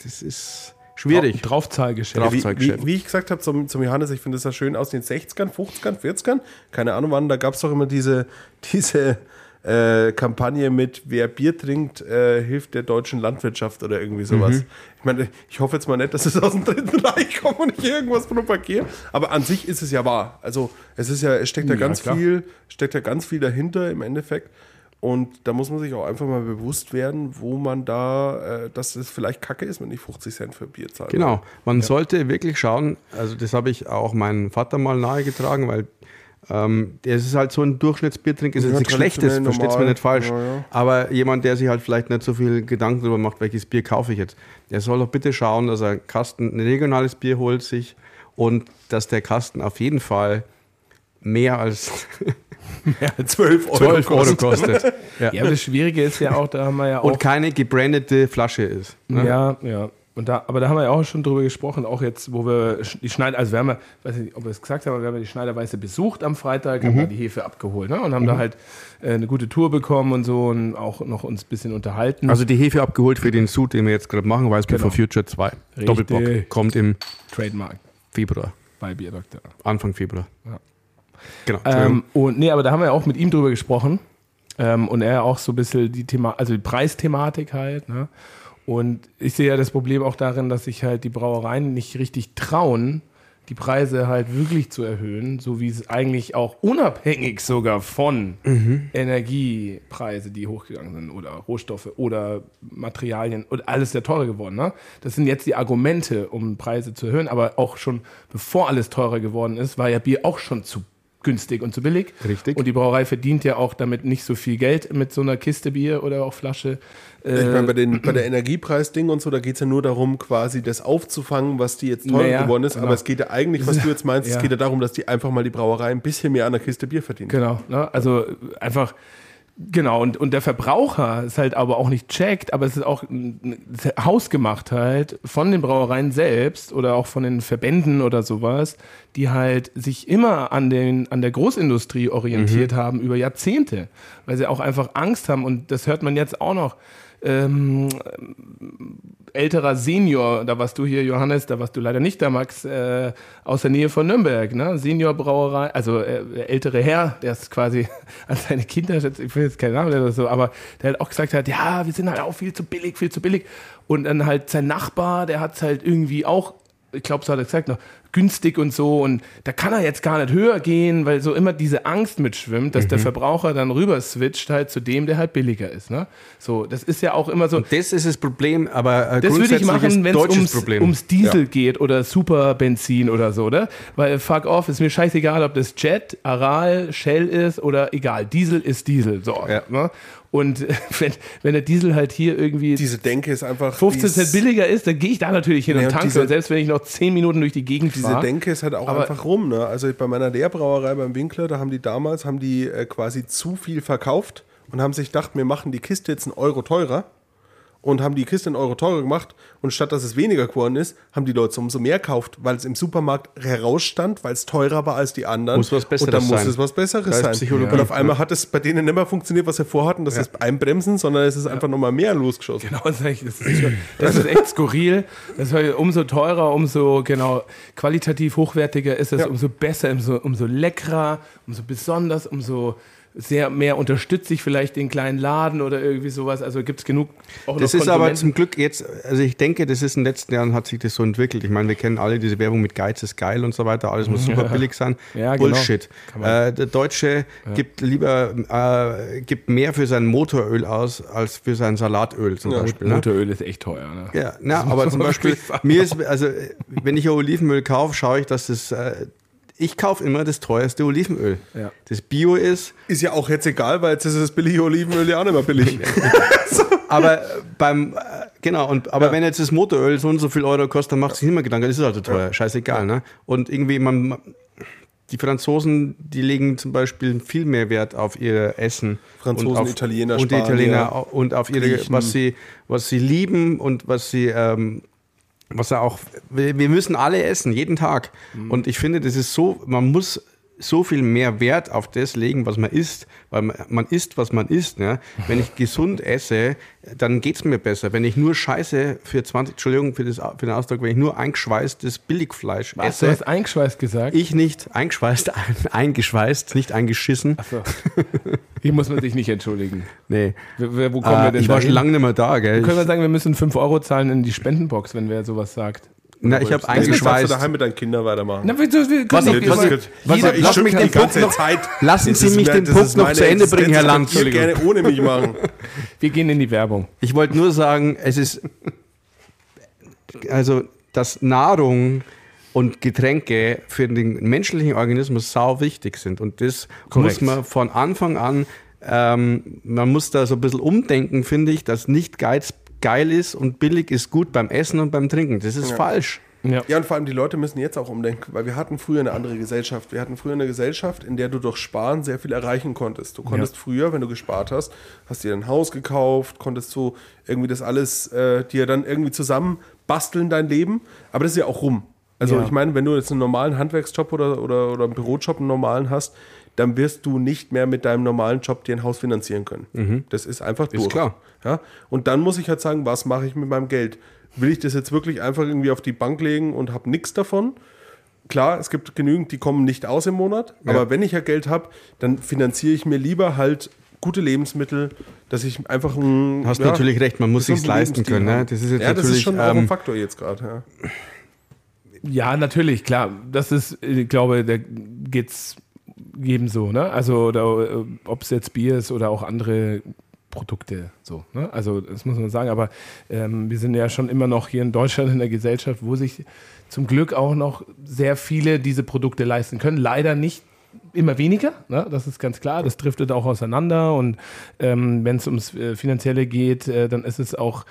das ist schwierig. Draufzahlgeschäft. Drauf- wie, Aufzeuggeschäft. wie, wie ich gesagt habe zum, zum Johannes, ich finde das ja schön aus den 60ern, 50ern, 40ern, keine Ahnung wann, da gab es doch immer diese, [LAUGHS] diese äh, Kampagne mit Wer Bier trinkt, äh, hilft der deutschen Landwirtschaft oder irgendwie sowas. Ich meine, ich hoffe jetzt mal nicht, dass es aus dem Dritten [LAUGHS] Reich kommt und ich irgendwas propagiere, aber an sich ist es ja wahr. Also es ist ja, es steckt ja, ganz klar. viel, steckt ja ganz viel dahinter im Endeffekt. Und da muss man sich auch einfach mal bewusst werden, wo man da, äh, dass es vielleicht kacke ist, wenn ich 50 Cent für Bier zahle. Genau, man sollte wirklich schauen, also das habe ich auch meinem Vater mal nahegetragen, weil ähm, es ist halt so ein Durchschnittsbiertrink, ist Ja, jetzt nichts Schlechtes, traditionell, versteht mir normal. nicht falsch, Ja, ja. aber jemand, der sich halt vielleicht nicht so viel Gedanken darüber macht, welches Bier kaufe ich jetzt, der soll doch bitte schauen, dass er einen Kasten, ein regionales Bier holt sich und dass der Kasten auf jeden Fall mehr als 12 Euro. 12 [LAUGHS] Euro [LAUGHS] kostet Ja, aber das Schwierige ist ja auch, da haben wir ja auch. und keine gebrandete Flasche ist. ne? Ja, ja. Und da, aber da haben wir ja auch schon drüber gesprochen, auch jetzt, wo wir sch- die Schneider, also wir haben ja, ich weiß nicht, ob wir es gesagt haben, aber wir haben ja die Schneiderweiße besucht am Freitag, Mhm. haben da die Hefe abgeholt ne? und haben da halt äh, eine gute Tour bekommen und so und auch noch uns ein bisschen unterhalten. Also die Hefe abgeholt für den Sud, den wir jetzt gerade machen, Weißbier Genau. for Future 2. Richtig. Doppelbock kommt im Trademark Februar, bei Bierdoktor. Anfang Februar. Ja. Genau. Ähm, und nee, aber da haben wir ja auch mit ihm drüber gesprochen. Ähm, und er auch so ein bisschen die Thema, also die Preisthematik halt, ne? Und ich sehe ja das Problem auch darin, dass sich halt die Brauereien nicht richtig trauen, die Preise halt wirklich zu erhöhen, so wie es eigentlich auch unabhängig sogar von Energiepreise, die hochgegangen sind oder Rohstoffe oder Materialien und alles sehr teurer geworden. Ne? Das sind jetzt die Argumente, um Preise zu erhöhen, aber auch schon bevor alles teurer geworden ist, war ja Bier auch schon zu günstig und zu billig. Richtig. Und die Brauerei verdient ja auch damit nicht so viel Geld mit so einer Kiste Bier oder auch Flasche. Ich meine, bei, den, Äh, bei der Energiepreisding und so, da geht es ja nur darum, quasi das aufzufangen, was die jetzt teuer Naja, geworden ist. genau. Aber es geht ja eigentlich, was du jetzt meinst, Ja. es geht ja darum, dass die einfach mal die Brauerei ein bisschen mehr an der Kiste Bier verdienen. Genau, ne? also einfach, genau, und, und der Verbraucher ist halt aber auch nicht checkt, aber es ist auch mm, hausgemacht halt von den Brauereien selbst oder auch von den Verbänden oder sowas, die halt sich immer an, den, an der Großindustrie orientiert haben über Jahrzehnte, weil sie auch einfach Angst haben und das hört man jetzt auch noch. Ähm, älterer Senior, da warst du hier, Johannes, da warst du leider nicht da, Max, äh, aus der Nähe von Nürnberg, ne? Senior Brauerei, also äh, der ältere Herr, der ist quasi [LAUGHS] an seine Kinder, ich will jetzt keinen Namen oder so, aber der hat auch gesagt hat, ja, wir sind halt auch viel zu billig, viel zu billig. Und dann halt sein Nachbar, der hat es halt irgendwie auch, ich glaube, so hat er gesagt, noch günstig und so. Und da kann er jetzt gar nicht höher gehen, weil so immer diese Angst mitschwimmt, dass der Verbraucher dann rüber switcht halt zu dem, der halt billiger ist. Ne? So, das ist ja auch immer so. das ist das Problem, aber äh, Das würde ich machen, wenn es deutsches ums, Problem. ums Diesel geht oder Superbenzin oder so, oder? Weil fuck off, ist mir scheißegal, ob das Jet, Aral, Shell ist oder egal. Diesel ist Diesel. So. Ja. Ne? Und [LAUGHS] wenn, wenn der Diesel halt hier irgendwie Diese Denke ist einfach. 15 die Cent ist- billiger ist, dann gehe ich da natürlich hin Ja, und und tanke. diese- und selbst wenn ich noch 10 Minuten durch die Gegend Diese fahre. Denke ist halt auch Aber- einfach rum. Ne? Also bei meiner Lehrbrauerei beim Winkler, da haben die damals haben die äh, quasi zu viel verkauft und haben sich gedacht, wir machen die Kiste jetzt einen Euro teurer. und haben die Kiste in Euro teurer gemacht. Und statt dass es weniger geworden ist, haben die Leute umso mehr gekauft, weil es im Supermarkt herausstand, weil es teurer war als die anderen. Muss was Besseres und dann muss sein. es was Da Besseres ist sein. Psychologie. Und auf einmal hat es bei denen nicht mehr funktioniert, was sie vorhatten, das ist Einbremsen, sondern es ist einfach nochmal mehr losgeschossen. Genau, das ist echt- das ist, schon- das ist echt skurril. Das war umso teurer, umso genau qualitativ hochwertiger ist es, Ja. umso besser, umso, umso leckerer, umso besonders, umso sehr mehr unterstütze ich vielleicht den kleinen Laden oder irgendwie sowas. Also gibt es genug. Auch Das noch ist aber Konsumenten. zum Glück jetzt, also ich denke, das ist in den letzten Jahren hat sich das so entwickelt. Ich meine, wir kennen alle diese Werbung mit Geiz ist geil und so weiter, alles [LAUGHS] muss super billig sein. Ja, genau. Bullshit. Kann man- Äh, der Deutsche gibt lieber äh, gibt mehr für sein Motoröl aus als für sein Salatöl zum Beispiel. Ne? Motoröl ist echt teuer. Ne? Ja, na, aber muss zum man Beispiel, wirklich sagen. mir ist, also äh, wenn ich Olivenöl kaufe, schaue ich, dass das, äh, ich kaufe immer das teuerste Olivenöl. Ja. Das Bio ist, Ist ja auch jetzt egal, weil jetzt ist das billige Olivenöl ja auch nicht mehr billig. aber [LAUGHS] beim, äh, genau, und, aber wenn jetzt das Motoröl so und so viel Euro kostet, dann macht sich niemand Gedanken, das ist halt so teuer, scheißegal, ne? Und irgendwie, man, man- die Franzosen, die legen zum Beispiel viel mehr Wert auf ihr Essen. Franzosen, und auf, Italiener, und die Spanier, Italiener au- und auf ihre, Griechen. was sie, was sie lieben und was sie, ähm, was er auch, wir, wir müssen alle essen, jeden Tag. Mhm. Und ich finde, das ist so, man muss so viel mehr Wert auf das legen, was man isst, weil man, man isst, was man isst. Ne? Wenn ich gesund esse, dann geht's mir besser. Wenn ich nur Scheiße für 20, Entschuldigung für, das, für den Ausdruck, wenn ich nur eingeschweißtes Billigfleisch Was, du esse, hast eingeschweißt gesagt. ich nicht eingeschweißt, [LAUGHS] eingeschweißt, nicht eingeschissen. So. Hier muss man sich nicht entschuldigen. Nee, Wer- wer- Wo kommen wir äh, denn ich war dahin? schon lange nicht mehr da, gell? Können wir Ich, sagen, wir müssen 5 Euro zahlen in die Spendenbox, wenn wer sowas sagt? na, ich habe Jetzt darfst du [LAUGHS] eingeschweißt. daheim mit deinen Kindern weitermachen. Na, wieso- wir können Was- doch was- immer- was- jeder- lass mich den Punkt noch- Lassen Sie mich den Punkt noch zu Ende bringen, Herr Lanz. Ich gerne ohne mich machen. Wir gehen in die Werbung. Ich wollte nur sagen, es ist also, dass Nahrung und Getränke für den menschlichen Organismus sau wichtig sind und das Korrekt. muss man von Anfang an, ähm, man muss da so ein bisschen umdenken, finde ich, dass nicht Geiz geil ist und billig ist gut beim Essen und beim Trinken. Das ist falsch. Ja. Ja, und vor allem die Leute müssen jetzt auch umdenken, weil wir hatten früher eine andere Gesellschaft. Wir hatten früher eine Gesellschaft, in der du durch Sparen sehr viel erreichen konntest. Du konntest früher, wenn du gespart hast, hast dir ein Haus gekauft, konntest du irgendwie das alles äh, dir dann irgendwie zusammen basteln, dein Leben. Aber das ist ja auch rum. Also Ja. ich meine, wenn du jetzt einen normalen Handwerksjob oder, oder, oder einen Bürojob einen normalen hast, dann wirst du nicht mehr mit deinem normalen Job dir ein Haus finanzieren können. Mhm. Das ist einfach durch. klar. Ja? Und dann muss ich halt sagen, was mache ich mit meinem Geld? Will ich das jetzt wirklich einfach irgendwie auf die Bank legen und habe nichts davon? Klar, es gibt genügend, die kommen nicht aus im Monat, aber wenn ich ja Geld habe, dann finanziere ich mir lieber halt gute Lebensmittel, dass ich einfach ein. Hast ja, natürlich recht, man muss sich's gesunden leisten Lebensstil können. Ne? habe. Das ist jetzt ja, das natürlich ist schon auch ähm, ein Faktor jetzt gerade. Ja. Ja, natürlich, klar. Das ist, ich glaube, da geht's jedem so, ne? Also, oder, äh, ob es jetzt Bier ist oder auch andere Produkte, so, ne? Also, das muss man sagen. Aber ähm, wir sind ja schon immer noch hier in Deutschland in der Gesellschaft, wo sich zum Glück auch noch sehr viele diese Produkte leisten können. Leider nicht immer weniger, ne? das ist ganz klar. Das driftet auch auseinander und ähm, wenn es ums äh, Finanzielle geht, äh, dann ist es auch,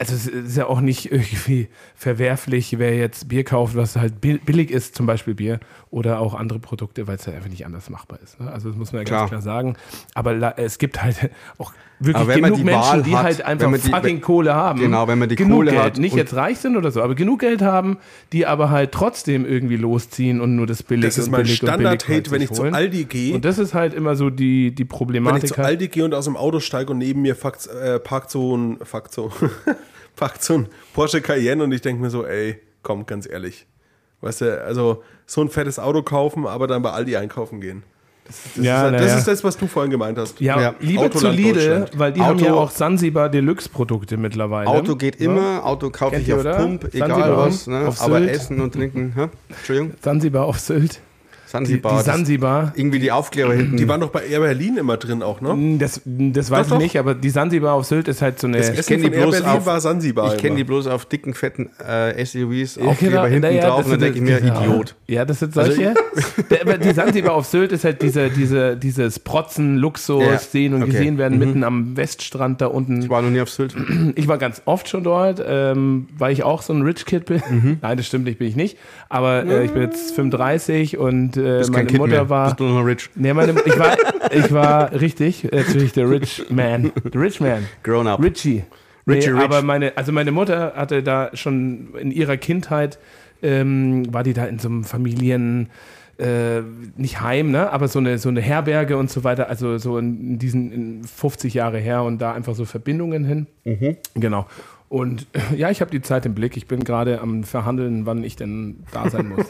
also es ist ja auch nicht [LAUGHS] irgendwie verwerflich, wer jetzt Bier kauft, was halt bi- billig ist, zum Beispiel Bier oder auch andere Produkte, weil es ja einfach nicht anders machbar ist. Ne? Also das muss man ja Klar. ganz klar sagen. Aber la- es gibt halt [LAUGHS] auch wirklich Aber wenn man genug die Menschen, Wahl die hat, halt einfach wenn man die- fucking Kohle haben. Genau, wenn man die genug Kohle Geld, hat Nicht und- jetzt reich sind oder so, aber genug Geld haben, die aber halt trotzdem irgendwie losziehen und nur das Billige Das ist und mein billig und billig halt Standard-Hate, wenn sich ich zu holen. Aldi gehe. Und das ist halt immer so die, die Wenn ich Problematik. zu halt. Aldi gehe und aus dem Auto steige und neben mir fuckt, äh, parkt so ein fuckt so, [LAUGHS] parkt so ein Porsche Cayenne und ich denke mir so, ey, komm, ganz ehrlich. Weißt du, also so ein fettes Auto kaufen, aber dann bei Aldi einkaufen gehen. Das, ja, ist, halt- na das ja. ist das, was du vorhin gemeint hast. ja, Ja, Liebe zu Autoland Lidl, Deutschland. weil die haben Auto- ja auch Sansibar Deluxe-Produkte mittlerweile. Auto geht Ja. immer, Auto kaufe Kennt ich ihr, auf oder? Pump, egal Sansibar, was, ne? auf aber Sylt. Essen und Trinken. Hä? Entschuldigung, Sansibar auf Sylt. Die, Sansibar. die das- Sansibar. Irgendwie die Aufkleber hinten. Die waren doch bei Air Berlin immer drin auch, ne? hm, Das, das weiß doch. ich nicht, aber die Sansibar auf Sylt ist halt so eine. Das kenn die bloß auf- war Sansibar. ich kenne die immer. bloß auf dicken, fetten äh, SUVs, Ja, Aufkleber genau. hinten Naja, drauf das und dann denke ich sind- mir, genau. Idiot. Also Ja, das sind solche. Der- aber die Sansibar auf Sylt ist halt diese, diese, dieses Protzen, Luxus, Ja, sehen und okay. Mhm. gesehen werden, mitten am Weststrand da unten. Ich war noch nie auf Sylt. Ich war ganz oft schon dort, ähm, weil ich auch so ein Rich Kid bin. Mhm. [LAUGHS] Nein, das stimmt nicht, bin ich nicht. Aber äh, ich bin jetzt 35 und äh, Ist kein meine Kind Mutter mehr. war. Bist du noch rich. Nee, meine, ich, war, ich war richtig, äh, natürlich der Rich Man. The Rich Man. Grown up. Richie. Richie Rich. aber meine, also meine Mutter hatte da schon in ihrer Kindheit, ähm, war die da in so einem Familien, äh, nicht Heim, ne? aber so eine, so eine Herberge und so weiter, also so in diesen in 50 Jahre her und da einfach so Verbindungen hin. Genau. Und äh, ja, ich habe die Zeit im Blick. Ich bin gerade am Verhandeln, wann ich denn da sein muss.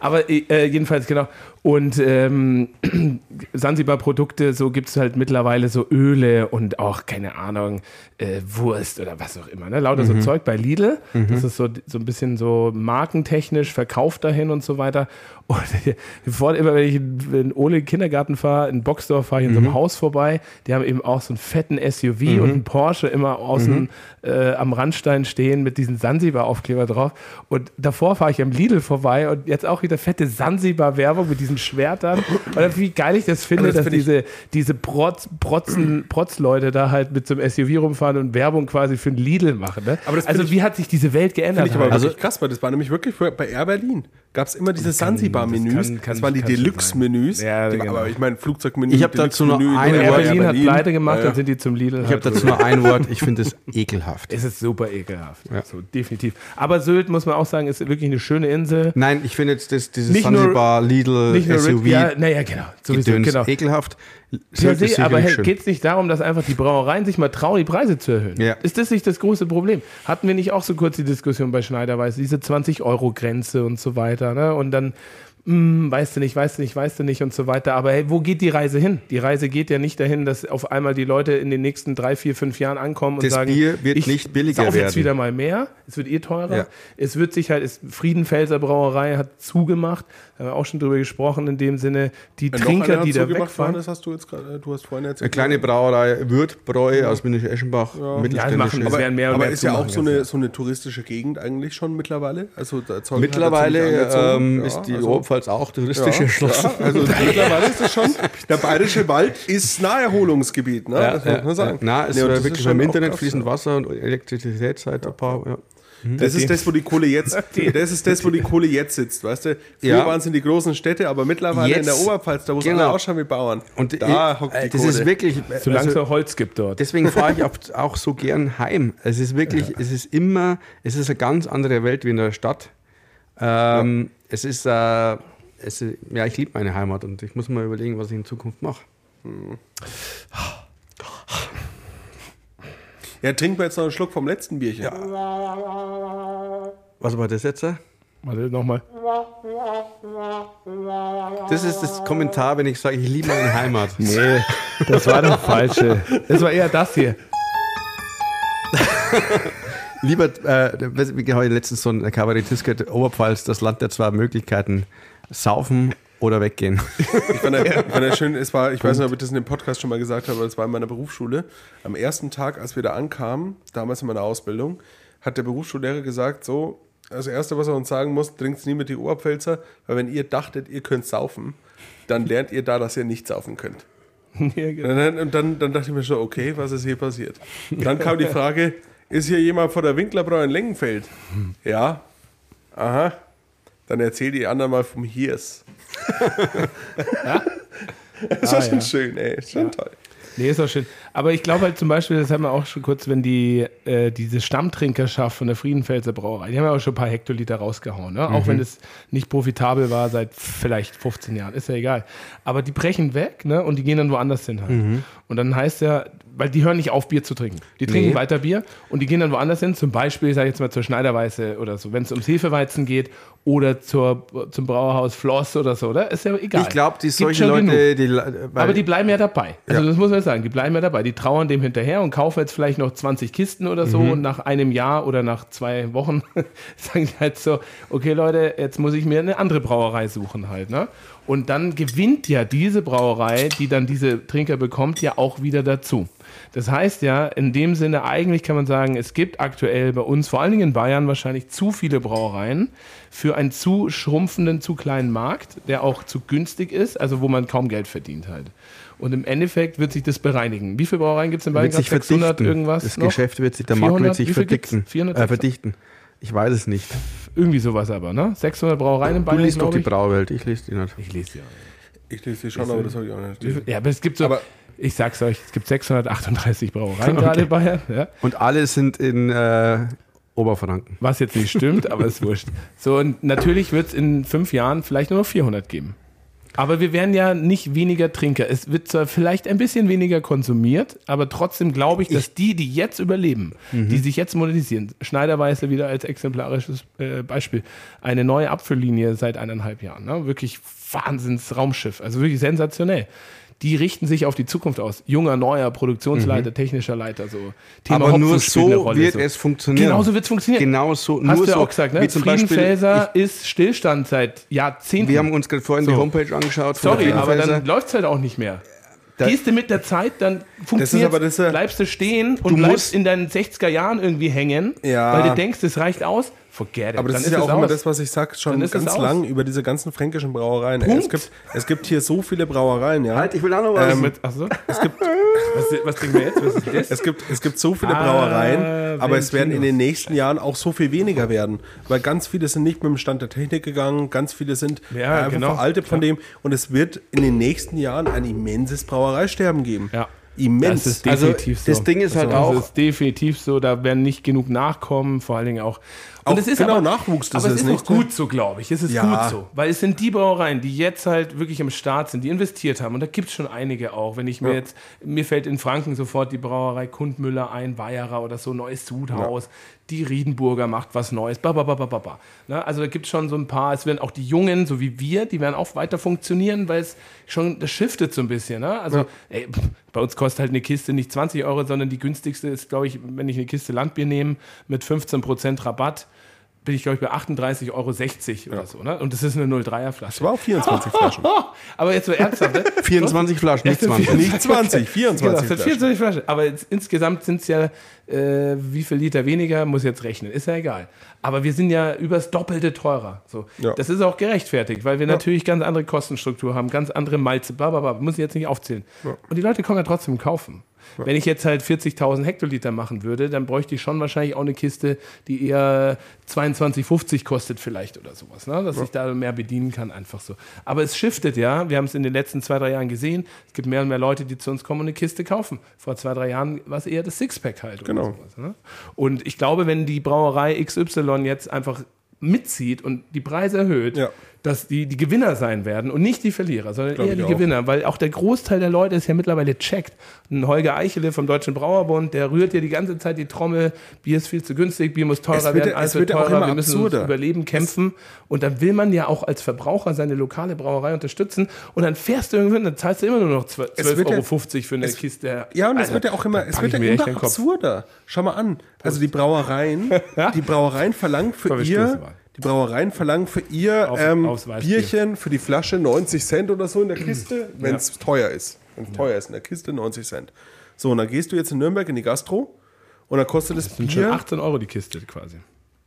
Aber äh, jedenfalls, genau. Und ähm, Sansibar-Produkte, so gibt es halt mittlerweile so Öle und auch, keine Ahnung, äh, Wurst oder was auch immer. Ne? Lauter so Zeug bei Lidl. Das ist so, so ein bisschen so markentechnisch, verkauft dahin und so weiter. Und [LAUGHS] vor, immer, wenn ich in, in Ole in den Kindergarten fahre, in Boxdorf fahre ich in Mhm. so einem Haus vorbei. Die haben eben auch so einen fetten SUV und einen Porsche immer außen Mhm. äh, am Randstein stehen mit diesen Sansibar-Aufkleber drauf. Und davor fahre ich am Lidl vorbei und jetzt auch wieder fette Sansibar-Werbung mit diesen Schwertern. Und wie geil ich das finde, Aber Also das dass finde ich- diese, diese Protz, Protzen, Protzleute da halt mit so einem SUV rumfahren und Werbung quasi für einen Lidl machen. Ne? Aber das also finde wie hat sich diese Welt geändert? Finde ich aber halt? also, wirklich krass, weil das war nämlich wirklich für, bei Air Berlin. Gab es immer diese Sansibar-Menüs. das Das, kann- kann- waren die kann schon sein. Deluxe-Menüs. Ja, Die- genau. Aber ich meine, Flugzeugmenü. Ich hab dazu nur Deluxe-Menü, ein Also Air Air Wort. Berlin hat Berlin. pleite gemacht, Ja, ja. dann sind die zum Lidl. halt. Ich habe dazu nur ein Wort. Ich finde es ekelhaft. Es ist super ekelhaft. So, definitiv. Aber Sylt, muss man auch sagen, ist wirklich eine schöne Insel. Nein, ich finde jetzt das, dieses Nicht nur- Sansibar, Lidl, Nicht nur SUV, Rit- Ja, naja, genau. Sowieso, Gedöns, genau. ekelhaft. Per Sylt ist se, aber sicherlich hey, schön. geht es nicht darum, dass einfach die Brauereien sich mal trauen, die Preise zu erhöhen? Ja. Ist das nicht das große Problem? Hatten wir nicht auch so kurz die Diskussion bei Schneiderweiß, diese 20-Euro-Grenze und so weiter, ne? Und dann, hm, weißt du nicht, weißt du nicht, weißt du nicht und so weiter. Aber hey, wo geht die Reise hin? Die Reise geht ja nicht dahin, dass auf einmal die Leute in den nächsten drei, vier, fünf Jahren ankommen und Das sagen, Bier wird ich nicht billiger sauf jetzt werden. wieder mal mehr, es wird eh teurer. Ja. Es wird sich halt, es, Friedenfelser Brauerei hat zugemacht, da haben wir auch schon drüber gesprochen, in dem Sinne, die Äh, Noch einer Trinker, hat die da zugemacht, wegfahren. [LAUGHS] Johannes, hast du jetzt gerade, du hast vorhin Eine erzählt. kleine Brauerei, Würthbräu aus München-Eschenbach, machen mittelständische. es aber, werden mehr und aber mehr ist ja zumachen auch so jetzt, eine, so eine touristische Gegend eigentlich schon mittlerweile. Also da Zollern hat da ziemlich Mittlerweile angezogen. ähm, Ja, ist die also- Oberpfalz auch touristisch erschlossen. Ja, also mittlerweile ist es [LAUGHS] schon. Der Bayerische Wald ist Naherholungsgebiet, ne? das muss man sagen. Na, es Nee, und war das wirklich schon im auch Internet krass, fließend Wasser und Elektrizität seit ein paar. Ja. Das ist das, wo die Kohle jetzt, [LAUGHS] Die- das ist das, wo die Kohle jetzt sitzt, weißt du? Früher Ja. waren es in die großen Städte, aber mittlerweile in der Jetzt- Oberpfalz, da wo es genau. alle ausschauen wie Bauern. Und da ich- hockt äh, die das Kohle. ist wirklich. Solange also, es noch Holz gibt dort. deswegen fahre [LAUGHS] ich auch, auch so gern heim. Es ist wirklich, es ist immer, es ist eine ganz andere Welt wie in der Stadt. Ähm, Es ist, äh, es ist, ja, ich liebe meine Heimat und ich muss mal überlegen, was ich in Zukunft mache. ja, trinken wir jetzt noch einen Schluck vom letzten Bierchen. Was war das jetzt? äh? Warte, nochmal. Das ist das Kommentar, wenn ich sage, ich liebe meine Heimat. Nee, das war das Falsche. Das war eher das [LAUGHS] hier. [LAUGHS] Lieber, äh, wir haben letztens so einen Kabarettist gehört, Oberpfalz, das Land der zwei Möglichkeiten, saufen oder weggehen. Ich fand, das- ich fand das schön, es war, ich weiß nicht, ob ich das in dem Podcast schon mal gesagt habe, aber es war in meiner Berufsschule. Am ersten Tag, als wir da ankamen, damals in meiner Ausbildung, hat der Berufsschullehrer gesagt, so, das Erste, was er uns sagen muss, trinkt nie mit die Oberpfälzer, weil wenn ihr dachtet, ihr könnt saufen, dann lernt ihr da, dass ihr nicht saufen könnt. genau. Und dann, und dann, dann dachte ich mir schon, okay, was ist hier passiert? Und dann kam die Frage, ist hier jemand von der Winklerbräu in Lengenfeld? Ja. Aha. Dann erzähl die anderen mal vom [LAUGHS] Hiers. Das war Ah, schon ja. schön, ey. Schon toll. Nee, ist auch schön. Aber ich glaube halt zum Beispiel, das haben wir auch schon kurz, wenn die äh, diese Stammtrinkerschaft von der Friedenfelser Brauerei, die haben ja auch schon ein paar Hektoliter rausgehauen, ne? Mhm. auch wenn es nicht profitabel war seit vielleicht 15 Jahren, ist ja egal. Aber die brechen weg ne? und die gehen dann woanders hin. Halt. Mhm. Und dann heißt ja, weil die hören nicht auf, Bier zu trinken. Die trinken weiter Bier und die gehen dann woanders hin, zum Beispiel, sag ich jetzt mal, zur Schneiderweiße oder so, wenn es ums Hefeweizen geht oder zur, zum Brauerhaus Floss oder so, oder? Ist ja egal. Ich glaube, die Gibt solche schon genug. Leute, die, weil, Aber die bleiben ja dabei. Also das muss man sagen, die bleiben ja dabei. Die trauern dem hinterher und kaufen jetzt vielleicht noch 20 Kisten oder so und nach einem Jahr oder nach zwei Wochen [LAUGHS] sagen die halt so, okay Leute, jetzt muss ich mir eine andere Brauerei suchen halt. Ne? Und dann gewinnt ja diese Brauerei, die dann diese Trinker bekommt, ja auch wieder dazu. Das heißt ja, in dem Sinne eigentlich kann man sagen, es gibt aktuell bei uns, vor allen Dingen in Bayern, wahrscheinlich zu viele Brauereien für einen zu schrumpfenden, zu kleinen Markt, der auch zu günstig ist, also wo man kaum Geld verdient halt. Und im Endeffekt wird sich das bereinigen. Wie viele Brauereien gibt es in Bayern? wird sich Gerade 600 verdichten. irgendwas das noch? Geschäft wird sich, der Markt 400? wird Wie sich viel gibt's? verdichten. 400? Äh, verdichten. Ich weiß es nicht. Irgendwie sowas aber, ne? 600 Brauereien in Du Bayern, liest doch glaub die ich. Brauwelt, ich lese die nicht. Ich lese ja. Ich lese die schon, aber das habe ich auch nicht. Ja, aber es gibt so, Aber- Ich sag's euch, es gibt 638 [LAUGHS] Brauereien gerade in Bayern. Ja. Und alle sind in äh, Oberfranken. Was jetzt nicht stimmt, aber ist wurscht. So, und natürlich wird es in fünf Jahren vielleicht nur noch 400 geben. Aber wir werden ja nicht weniger Trinker. Es wird zwar vielleicht ein bisschen weniger konsumiert, aber trotzdem glaube ich, dass die, die jetzt überleben, Mhm. die sich jetzt modernisieren, Schneiderweiße wieder als exemplarisches äh, Beispiel, eine neue Abfülllinie seit eineinhalb Jahren, ne? wirklich Wahnsinns Raumschiff, also wirklich sensationell. Die richten sich auf die Zukunft aus. Junger, neuer Produktionsleiter, technischer Leiter, so. Thema Mhm. Aber Hopfen nur spielt so eine Rolle, wird es funktionieren. Genauso wird es funktionieren. Genau so, Hast nur du ja so. auch gesagt, ne? Wie zum Friedenfelser ist Stillstand seit Jahrzehnten. Wir haben uns gerade vorhin die So. Homepage angeschaut. von Sorry, der aber Friedenfelser. dann läuft es halt auch nicht mehr. Da- Gehst du mit der Zeit, dann funktioniert aber das ist ja- bleibst du stehen und bleibst musst- in deinen 60er Jahren irgendwie hängen, Ja. weil du denkst, es reicht aus. Forget it. Aber das dann ist ja es auch immer aus. das, was ich sag, schon Dann ist es ganz aus. lang über diese ganzen fränkischen Brauereien. Ey, Punkt. Es gibt, es gibt hier so viele Brauereien, ja. Halt, ich will auch noch was. mit, achso. Es gibt, was, was trinken wir jetzt? Was ist das? Es gibt, es gibt so viele Ah, Brauereien, aber es Valentinos. werden in den nächsten Jahren auch so viel weniger werden. Weil ganz viele sind nicht mit dem Stand der Technik gegangen, ganz viele sind Ja, einfach genau, veraltet von dem. Und es wird in den nächsten Jahren ein immenses Brauereisterben geben. Ja. Immens. Das ist also, definitiv so. das Ding ist halt Das auch, ist definitiv so, da werden nicht genug nachkommen, vor allen Dingen auch. Und Auch es ist genau aber, Nachwuchs, das aber es ist ist auch nicht, ne? gut so, glaube ich. Es ist Ja. gut so. Weil es sind die Brauereien, die jetzt halt wirklich im Start sind, die investiert haben. Und da gibt es schon einige auch. Wenn ich mir jetzt, mir fällt in Franken sofort die Brauerei Kundmüller ein, Weierer oder so, Neues Sudhaus. Die Riedenburger macht was Neues, ba, ba, ba, ba, ba, ba. Na, also da gibt es schon so ein paar, es werden auch die Jungen, so wie wir, die werden auch weiter funktionieren, weil es schon, das shiftet so ein bisschen. Ne? Also ey, pff, bei uns kostet halt eine Kiste nicht 20 Euro, sondern die günstigste ist, glaube ich, wenn ich eine Kiste Landbier nehme, mit 15% Rabatt, bin ich, glaube ich, bei 38,60 Euro oder so. Ne? Und das ist eine 0,3er Flasche. Es war auch [LAUGHS] 24 Flaschen. Oh, aber jetzt so ernsthaft, [LAUGHS] ne? 24 Flaschen, nicht 20. Nicht 20, 24 Genau, es sind Flaschen. 24 Flaschen. Aber ins- insgesamt sind es ja, äh, wie viel Liter weniger, muss jetzt rechnen. Ist ja egal. Aber wir sind ja übers Doppelte teurer. So. Ja. Das ist auch gerechtfertigt, weil wir natürlich ganz andere Kostenstruktur haben, ganz andere Malze, bla bla bla. Muss ich jetzt nicht aufzählen. Und die Leute kommen ja trotzdem kaufen. Wenn ich jetzt halt 40.000 Hektoliter machen würde, dann bräuchte ich schon wahrscheinlich auch eine Kiste, die eher 22,50 kostet vielleicht oder sowas, ne? dass ich da mehr bedienen kann einfach so. Aber es shiftet ja, wir haben es in den letzten zwei, drei Jahren gesehen, es gibt mehr und mehr Leute, die zu uns kommen und eine Kiste kaufen. Vor zwei, drei Jahren war es eher das Sixpack halt. oder Genau. sowas, ne? Und ich glaube, wenn die Brauerei XY jetzt einfach mitzieht und die Preise erhöht, Ja. dass die die Gewinner sein werden und nicht die Verlierer, sondern Glaub eher ich die auch. Gewinner, weil auch der Großteil der Leute es ja mittlerweile checkt. Ein Holger Eichele vom Deutschen Brauerbund, der rührt ja die ganze Zeit die Trommel, Bier ist viel zu günstig, Bier muss teurer Es wird werden, ja- alles es wird wird ja auch teurer, immer wir müssen absurder. ums Überleben kämpfen und dann will man ja auch als Verbraucher seine lokale Brauerei unterstützen und dann fährst du irgendwann, dann zahlst du immer nur noch 12,50 Es wird ja- Euro für eine es- Kiste. Ja, und es Alter, wird ja auch immer, es pack wird ja ich mir echt immer den Kopf. absurder. Schau mal an. Also [LAUGHS] die Brauereien, die Brauereien verlangen für Komm, wir ihr, stoßen mal. die Brauereien verlangen für ihr Auf- ähm, aufs Weißbier. Bierchen für die Flasche 90 Cent oder so in der Kiste, wenn es teuer ist. Wenn es teuer ist, in der Kiste 90 Cent. So, und dann gehst du jetzt in Nürnberg in die Gastro und dann kostet das, sind schon Bier, 18 Euro die Kiste quasi.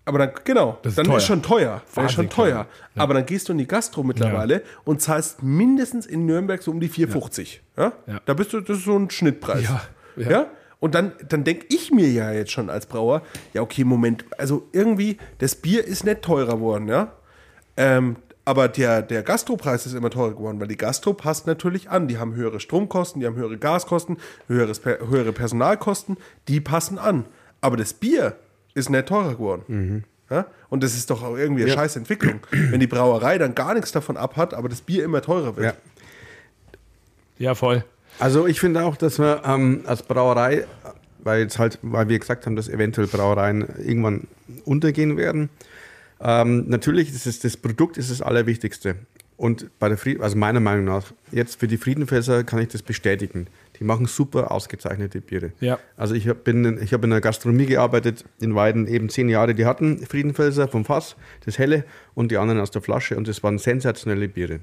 aber dann, genau, Das ist dann teuer. ist schon teuer. Dann ist schon Wahnsinnig teuer. teuer. Aber dann gehst du in die Gastro mittlerweile und zahlst mindestens in Nürnberg so um die 4,50. Ja. Ja. Da bist du, das ist so ein Schnittpreis. Ja. Ja. Ja. Und dann, dann denke ich mir ja jetzt schon als Brauer, ja, okay, Moment, also irgendwie, das Bier ist nicht teurer worden, ja. Ähm, aber der, der Gastropreis ist immer teurer geworden, weil die Gastro passt natürlich an. Die haben höhere Stromkosten, die haben höhere Gaskosten, höheres, Per- höhere Personalkosten, die passen an. Aber das Bier ist nicht teurer geworden. Mhm. Ja? Und das ist doch auch irgendwie eine scheiß Entwicklung, wenn die Brauerei dann gar nichts davon abhat, aber das Bier immer teurer wird. Ja. Ja, [LAUGHS] voll. Also ich finde auch, dass wir ähm, als Brauerei, weil jetzt halt, weil wir gesagt haben, dass eventuell Brauereien irgendwann untergehen werden. Ähm, natürlich ist es das Produkt ist das Allerwichtigste. Und bei der Frieden, also meiner Meinung nach, jetzt für die Friedenfässer kann ich das bestätigen. Die machen super ausgezeichnete Biere. Ja. Also ich hab- bin, in- ich habe in der Gastronomie gearbeitet, in Weiden eben zehn Jahre. Die hatten Friedenfelser vom Fass, das helle und die anderen aus der Flasche und das waren sensationelle Biere.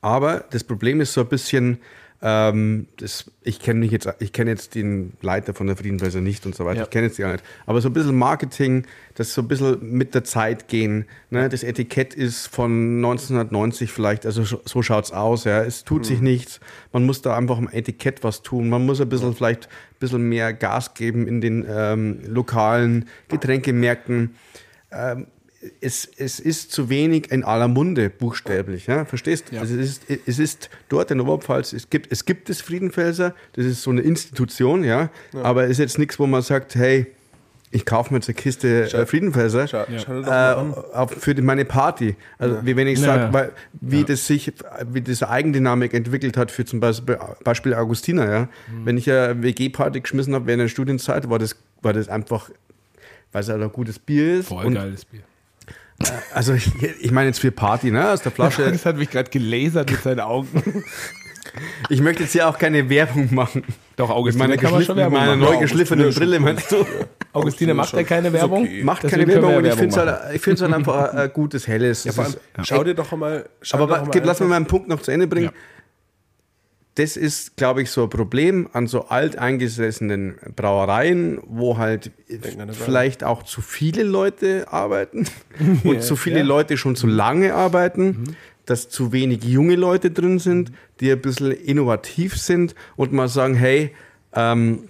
Aber das Problem ist so ein bisschen, ähm, das, ich kenne mich jetzt, ich kenne jetzt den Leiter von der Friedenfelser nicht und so weiter. Ja. Ich kenne jetzt die gar nicht. Aber so ein bisschen Marketing, das so ein bisschen mit der Zeit gehen. Ne? Das Etikett ist von 1990 vielleicht, also sch- so schaut's aus. Ja? Es tut sich nichts. Man muss da einfach am Etikett was tun. Man muss ein bisschen vielleicht ein bisschen mehr Gas geben in den ähm, lokalen Getränkemärkten es, es ist zu wenig in aller Munde, buchstäblich. Ja? Verstehst du? Also es, ist, es ist dort in Oberpfalz, es gibt, es gibt das Friedenfelser, das ist so eine Institution, ja. Aber es ist jetzt nichts, wo man sagt, hey, ich kaufe mir jetzt eine Kiste äh, Friedenfelser Schau, schau dir doch äh, mal an. auf, für die, meine Party. Also wie wenn ich Ja, sage, ja. weil wie das sich, wie diese Eigendynamik entwickelt hat für zum Beispiel, Beispiel Augustiner, Mhm. ja. Wenn ich eine WG-Party geschmissen habe während der Studienzeit, war das, war das einfach, weil es halt ein gutes Bier ist. Voll und, geiles Bier. Also ich, ich meine jetzt für Party, ne? Aus der Flasche. Max hat mich gerade gelasert mit seinen Augen. Ich möchte jetzt hier auch keine Werbung machen. Doch, Mit Augustine meiner, kann man schon geschliffen, mit Werbung meiner machen. neu geschliffenen Brille, meinst du? Augustine macht ja keine Werbung. okay. Macht Deswegen keine können Werbung wir und ich Werbung finde es halt, ich find's halt einfach ein, ein gutes, helles. Ja, Es vor allem, ist- schau dir doch mal. Schau Aber dir wa- doch mal gib, lass einfach- mir meinen Punkt noch zu Ende bringen. Ja. Das ist, glaube ich, so ein Problem an so alteingesessenen Brauereien, wo halt an das vielleicht auch zu viele Leute arbeiten und zu viele ja. Leute schon zu lange arbeiten, dass zu wenig junge Leute drin sind, die ein bisschen innovativ sind und mal sagen, hey, ähm,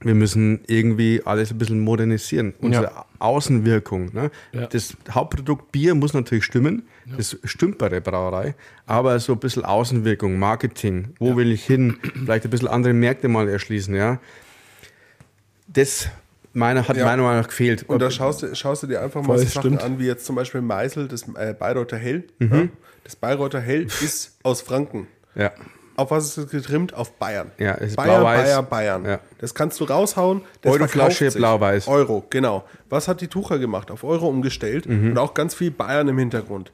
wir müssen irgendwie alles ein bisschen modernisieren. Unsere Außenwirkung. Ne? Ja. Das Hauptprodukt Bier muss natürlich stimmen. Das stimmt bei der Brauerei. Aber so ein bisschen Außenwirkung, Marketing. Wo will ich hin? Vielleicht ein bisschen andere Märkte mal erschließen. Ja? Das meiner, hat Ja. meiner Meinung nach gefehlt. Und da schaust du, schaust du dir einfach Voll, mal so Sachen stimmt. Mhm. an, wie jetzt zum Beispiel Meißel, das äh, Bayreuther Hell. Ja? Das Bayreuther Hell [LAUGHS] ist aus Franken. ja. Auf was ist es getrimmt? Auf Bayern. Ja, es ist Bayern, blau-weiß. Bayern, Bayern. Ja. Das kannst du raushauen. Das Euroflasche, verkauft sich. blau-weiß. Euro, genau. Was hat die Tucher gemacht? Auf Euro umgestellt Mhm. und auch ganz viel Bayern im Hintergrund.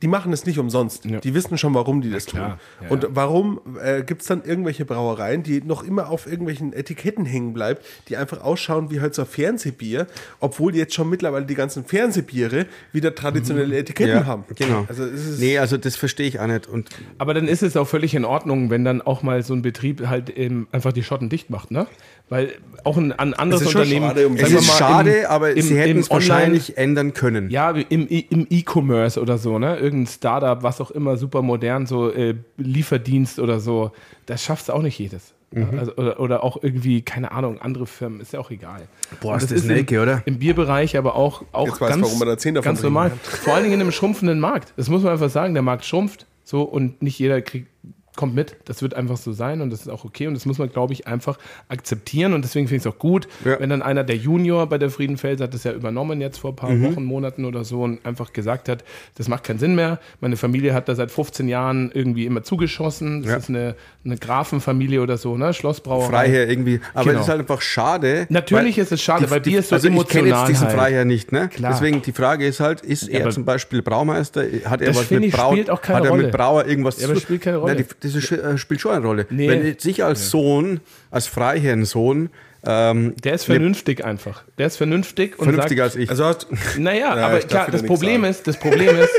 Die machen es nicht umsonst. Die wissen schon, warum die das tun. klar. Ja, und ja. warum äh, gibt es dann irgendwelche Brauereien, die noch immer auf irgendwelchen Etiketten hängen bleibt, die einfach ausschauen wie halt so ein Fernsehbier, obwohl jetzt schon mittlerweile die ganzen Fernsehbiere wieder traditionelle Etiketten Mhm. ja, haben. Genau. Also es ist nee, also das verstehe ich auch nicht. Und Aber dann ist es auch völlig in Ordnung, wenn dann auch mal so ein Betrieb halt eben einfach die Schotten dicht macht, ne? Weil auch ein, ein anderes Es ist schon Unternehmen. schade um- es sagen wir ist mal, im- schade, aber im- sie im hätten es Online- wahrscheinlich ändern können. Ja, im, im E-Commerce oder so, ne? Irgendein Startup, was auch immer, super modern, so äh, Lieferdienst oder so. Das schafft auch nicht jedes. Mhm. Also, oder, oder auch irgendwie, keine Ahnung, andere Firmen, ist ja auch egal. Boah, Und ist das eine Ecke, im, oder? Im Bierbereich, aber auch, auch Jetzt weiß, ganz, warum wir da zehn davon ganz trinken. normal. Vor allen Dingen in einem schrumpfenden Markt. Das muss man einfach sagen, der Markt schrumpft so und nicht jeder kriegt, kommt mit. Das wird einfach so sein und das ist auch okay und das muss man, glaube ich, einfach akzeptieren und deswegen finde ich es auch gut, Ja. wenn dann einer der Junior bei der Friedenfels hat das ja übernommen jetzt vor ein Mhm. paar Wochen, Monaten oder so und einfach gesagt hat, das macht keinen Sinn mehr. Meine Familie hat da seit 15 Jahren irgendwie immer zugeschossen. Das Ja. ist eine, eine Grafenfamilie oder so, ne? Schlossbrauerei. Freiherr irgendwie. Aber Genau. es ist halt einfach schade. Natürlich ist es schade, weil Bier ist so also Ich kenne emotional jetzt diesen halt. Freiherr nicht, ne? Klar. Deswegen die Frage ist halt, ist er aber- zum Beispiel Braumeister? Hat er Das was finde mit ich, Brau? spielt auch keine hat er Rolle. mit Brauer irgendwas Ja, aber spielt keine Rolle. Nein, die, das ist, äh, spielt schon eine Rolle. Nee. Wenn ich- sich als Sohn, als Freiherrensohn, ähm, Der ist vernünftig einfach. Der ist vernünftig und vernünftiger sagt, als ich. also hast, Naja, Ja, aber ich darf klar, wieder das nichts Problem sagen. ist, das Problem ist,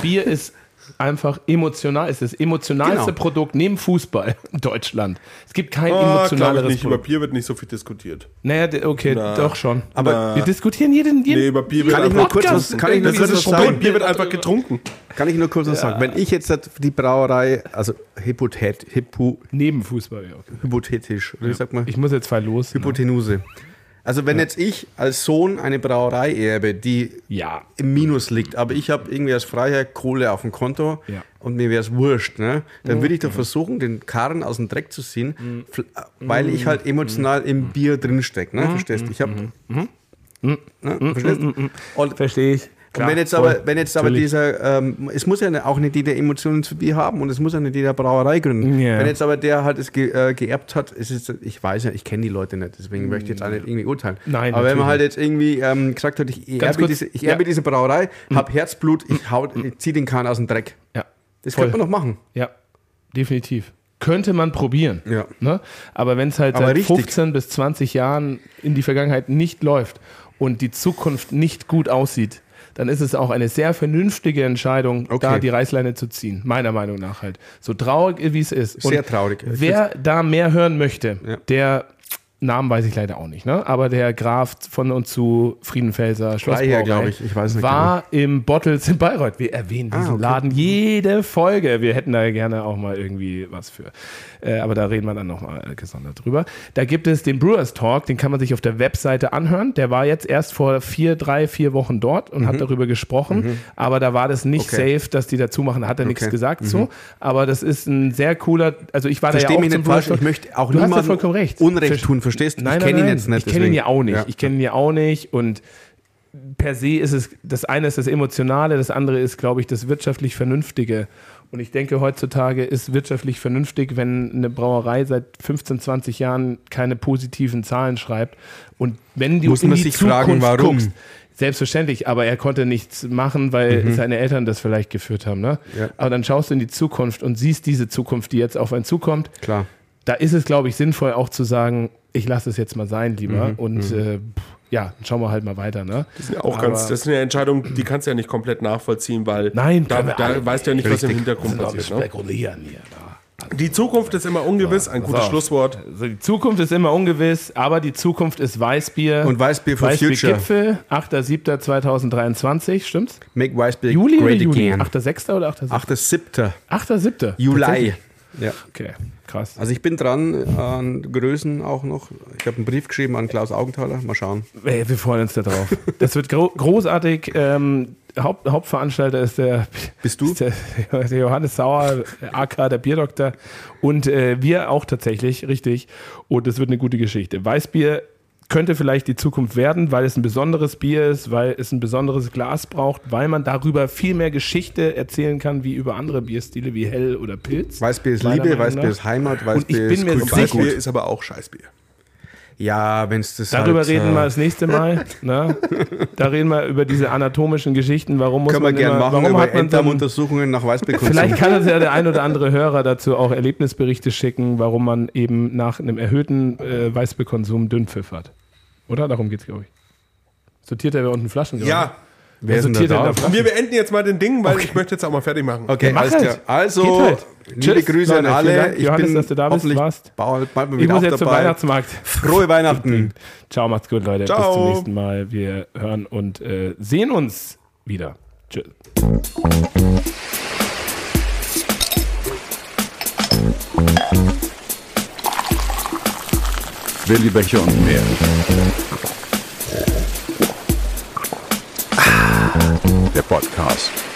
Bier ist einfach emotional. Es ist das emotionalste Genau. Produkt neben Fußball in Deutschland. Es gibt kein Ah, glaub ich emotionaleres nicht. Über Produkt. Bier wird nicht so viel diskutiert. Naja, d- okay, Na. doch schon. Aber- wir diskutieren jeden, jeden Nee, über Bier wird Kann ich einfach nur kurz was, kann ich nur Das kurz ist was das sagen? Problem. Bier wird einfach getrunken. Kann ich nur kurz was sagen? Wenn ich jetzt die Brauerei, also hypothet, hypo, neben Fußball. Ja, okay. hypothetisch, oder wie sagt man? Ich muss jetzt mal los. ne? Hypotenuse. Also wenn jetzt ich als Sohn eine Brauerei erbe, die Ja. im Minus liegt, aber ich habe irgendwie als Freiherr Kohle auf dem Konto Ja. Mhm. und mir wäre es wurscht, ne? dann würde ich doch versuchen, den Karren aus dem Dreck zu ziehen, fl- weil Mhm. ich halt emotional im Bier drinstecke. Ne? Verstehst du? Ich habe... Mhm. Ne? Verstehst du? Und Verstehe ich. Klar, und wenn jetzt voll. aber, wenn jetzt aber Natürlich. dieser, ähm, es muss ja ne- auch nicht jeder Emotionen zu Bier haben und es muss ja nicht jeder Brauerei gründen. Ja. Wenn jetzt aber der halt es ge, äh, geerbt hat, es ist, ich weiß ja, ich kenne die Leute nicht, deswegen möchte ich jetzt alle irgendwie urteilen. Mm. Nein, aber wenn man halt natürlich jetzt irgendwie ähm, gesagt hat, ich erbe, kurz, diese, ich ja. Mm. erbe diese Brauerei, hab Herzblut, ich, hau, ich zieh den Kahn aus dem Dreck. Ja. Das Voll. könnte man noch machen. Ja, definitiv. Könnte man probieren. Ja. Ne? Aber wenn es halt Aber seit richtig. 15 bis 20 Jahren in die Vergangenheit nicht läuft und die Zukunft nicht gut aussieht, dann ist es auch eine sehr vernünftige Entscheidung, Okay. da die Reißleine zu ziehen. Meiner Meinung nach halt. So traurig wie es ist. Sehr traurig. Ich Wer da mehr hören möchte, Ja. der Namen weiß ich leider auch nicht, ne? aber der Graf von und zu Friedenfelser Schlossbrauerei Freiherr, glaub ich. Ich weiß nicht genau. war im Bottles in Bayreuth. Wir erwähnen diesen Ah, okay. Laden jede Folge. Wir hätten da gerne auch mal irgendwie was für. Äh, aber da reden wir dann nochmal gesondert drüber. Da gibt es den Brewers Talk, den kann man sich auf der Webseite anhören. Der war jetzt erst vor vier, drei, vier Wochen dort und hat darüber gesprochen. Aber da war das nicht Mhm. Okay. safe, dass die dazu machen. Da hat er nichts Okay. Mhm. gesagt so. Aber das ist ein sehr cooler, also ich war da Versteh ja auch mich zum nicht Brewers falsch, ich Talk. möchte auch Du hast ja niemandem vollkommen recht. Unrecht Verste- tun, verstehst du? Nein, nein, Ich kenne ihn nein. jetzt nicht, Ich kenne ihn deswegen. ja auch nicht. Ja. Ich kenne ihn ja auch nicht. Und per se ist es, das eine ist das Emotionale, das andere ist, glaube ich, das wirtschaftlich Vernünftige. Und ich denke, heutzutage ist wirtschaftlich vernünftig, wenn eine Brauerei seit 15, 20 Jahren keine positiven Zahlen schreibt. Und wenn du Muss in man die sich Zukunft fragen, warum? guckst, Selbstverständlich, aber er konnte nichts machen, weil seine Eltern das vielleicht geführt haben. Ne? Mhm. Ja. Aber dann schaust du in die Zukunft und siehst diese Zukunft, die jetzt auf einen zukommt Klar. da ist es, glaube ich, sinnvoll auch zu sagen, ich lasse es jetzt mal sein, lieber. Mhm. Und äh, pff, ja, dann schauen wir halt mal weiter. Ne? Das ist ja Auch ganz, das ist eine Entscheidung, die kannst du ja nicht komplett nachvollziehen, weil Nein, da, können wir da alle weißt du ja nicht, was im Richtig. Hintergrund Aber wir passiert. Ne? spekulieren hier. Ne? Die Zukunft ist immer ungewiss, ein gutes auf. Schlusswort. Also die Zukunft ist immer ungewiss, aber die Zukunft ist Weißbier. Und Weißbier for Future. Gipfel, 8.7.2023, stimmt's? Make Weißbier Juli oder great Juli? again. 8.6. oder 8.7.? 8.7. 8.7. Juli. Ja. Okay, krass. Also ich bin dran an Größen auch noch. Ich habe einen Brief geschrieben an Klaus Augenthaler. Mal schauen. Ey, wir freuen uns da drauf. Das wird gro großartig. Ähm, Haupt Hauptveranstalter ist der, Bist du? Ist der, der Johannes Sauer, AK, der Bierdoktor. Und äh, wir auch tatsächlich, richtig. Und es wird eine gute Geschichte. Weißbier könnte vielleicht die Zukunft werden, weil es ein besonderes Bier ist, weil es ein besonderes Glas braucht, weil man darüber viel mehr Geschichte erzählen kann, wie über andere Bierstile wie Hell oder Pilz. Weißbier ist Meiner Liebe, Meinung Weißbier nach. ist Heimat, Und ich Weißbier bin mir ist Kultur. sicher- Weißbier ist aber auch Scheißbier. Ja, wenn es das Darüber halt, reden wir äh, das nächste Mal. Ne? Da reden wir über diese anatomischen Geschichten. Warum muss Können wir man gerne immer, machen, warum über hat man so ein- Enddarmuntersuchungen nach Weißbekonsum. Vielleicht kann uns ja der ein oder andere Hörer dazu auch Erlebnisberichte schicken, warum man eben nach einem erhöhten äh, Weißbierkonsum dünn pfeffert. Oder? Darum geht's, glaube ich. Sortiert er da unten Flaschen? glaub ich. Ja, Wer ist denn sortiert da? denn da? da- und wir beenden jetzt mal den Ding, weil ich möchte jetzt auch mal fertig machen. Okay, Ja, mach alles halt. klar. Also, Geht halt. liebe Tschüss, Grüße Leute, an alle. vielen Dank, Johannes, dass du da bist, hoffentlich warst. Bald, bald mal Ich wieder muss auch jetzt zum dabei. Weihnachtsmarkt. [LAUGHS] Frohe Weihnachten. Ciao, macht's gut, Leute. Bis Ciao. zum nächsten Mal. Wir hören und äh, sehen uns wieder. Tschüss. Willi Becher und mehr. Der Podcast.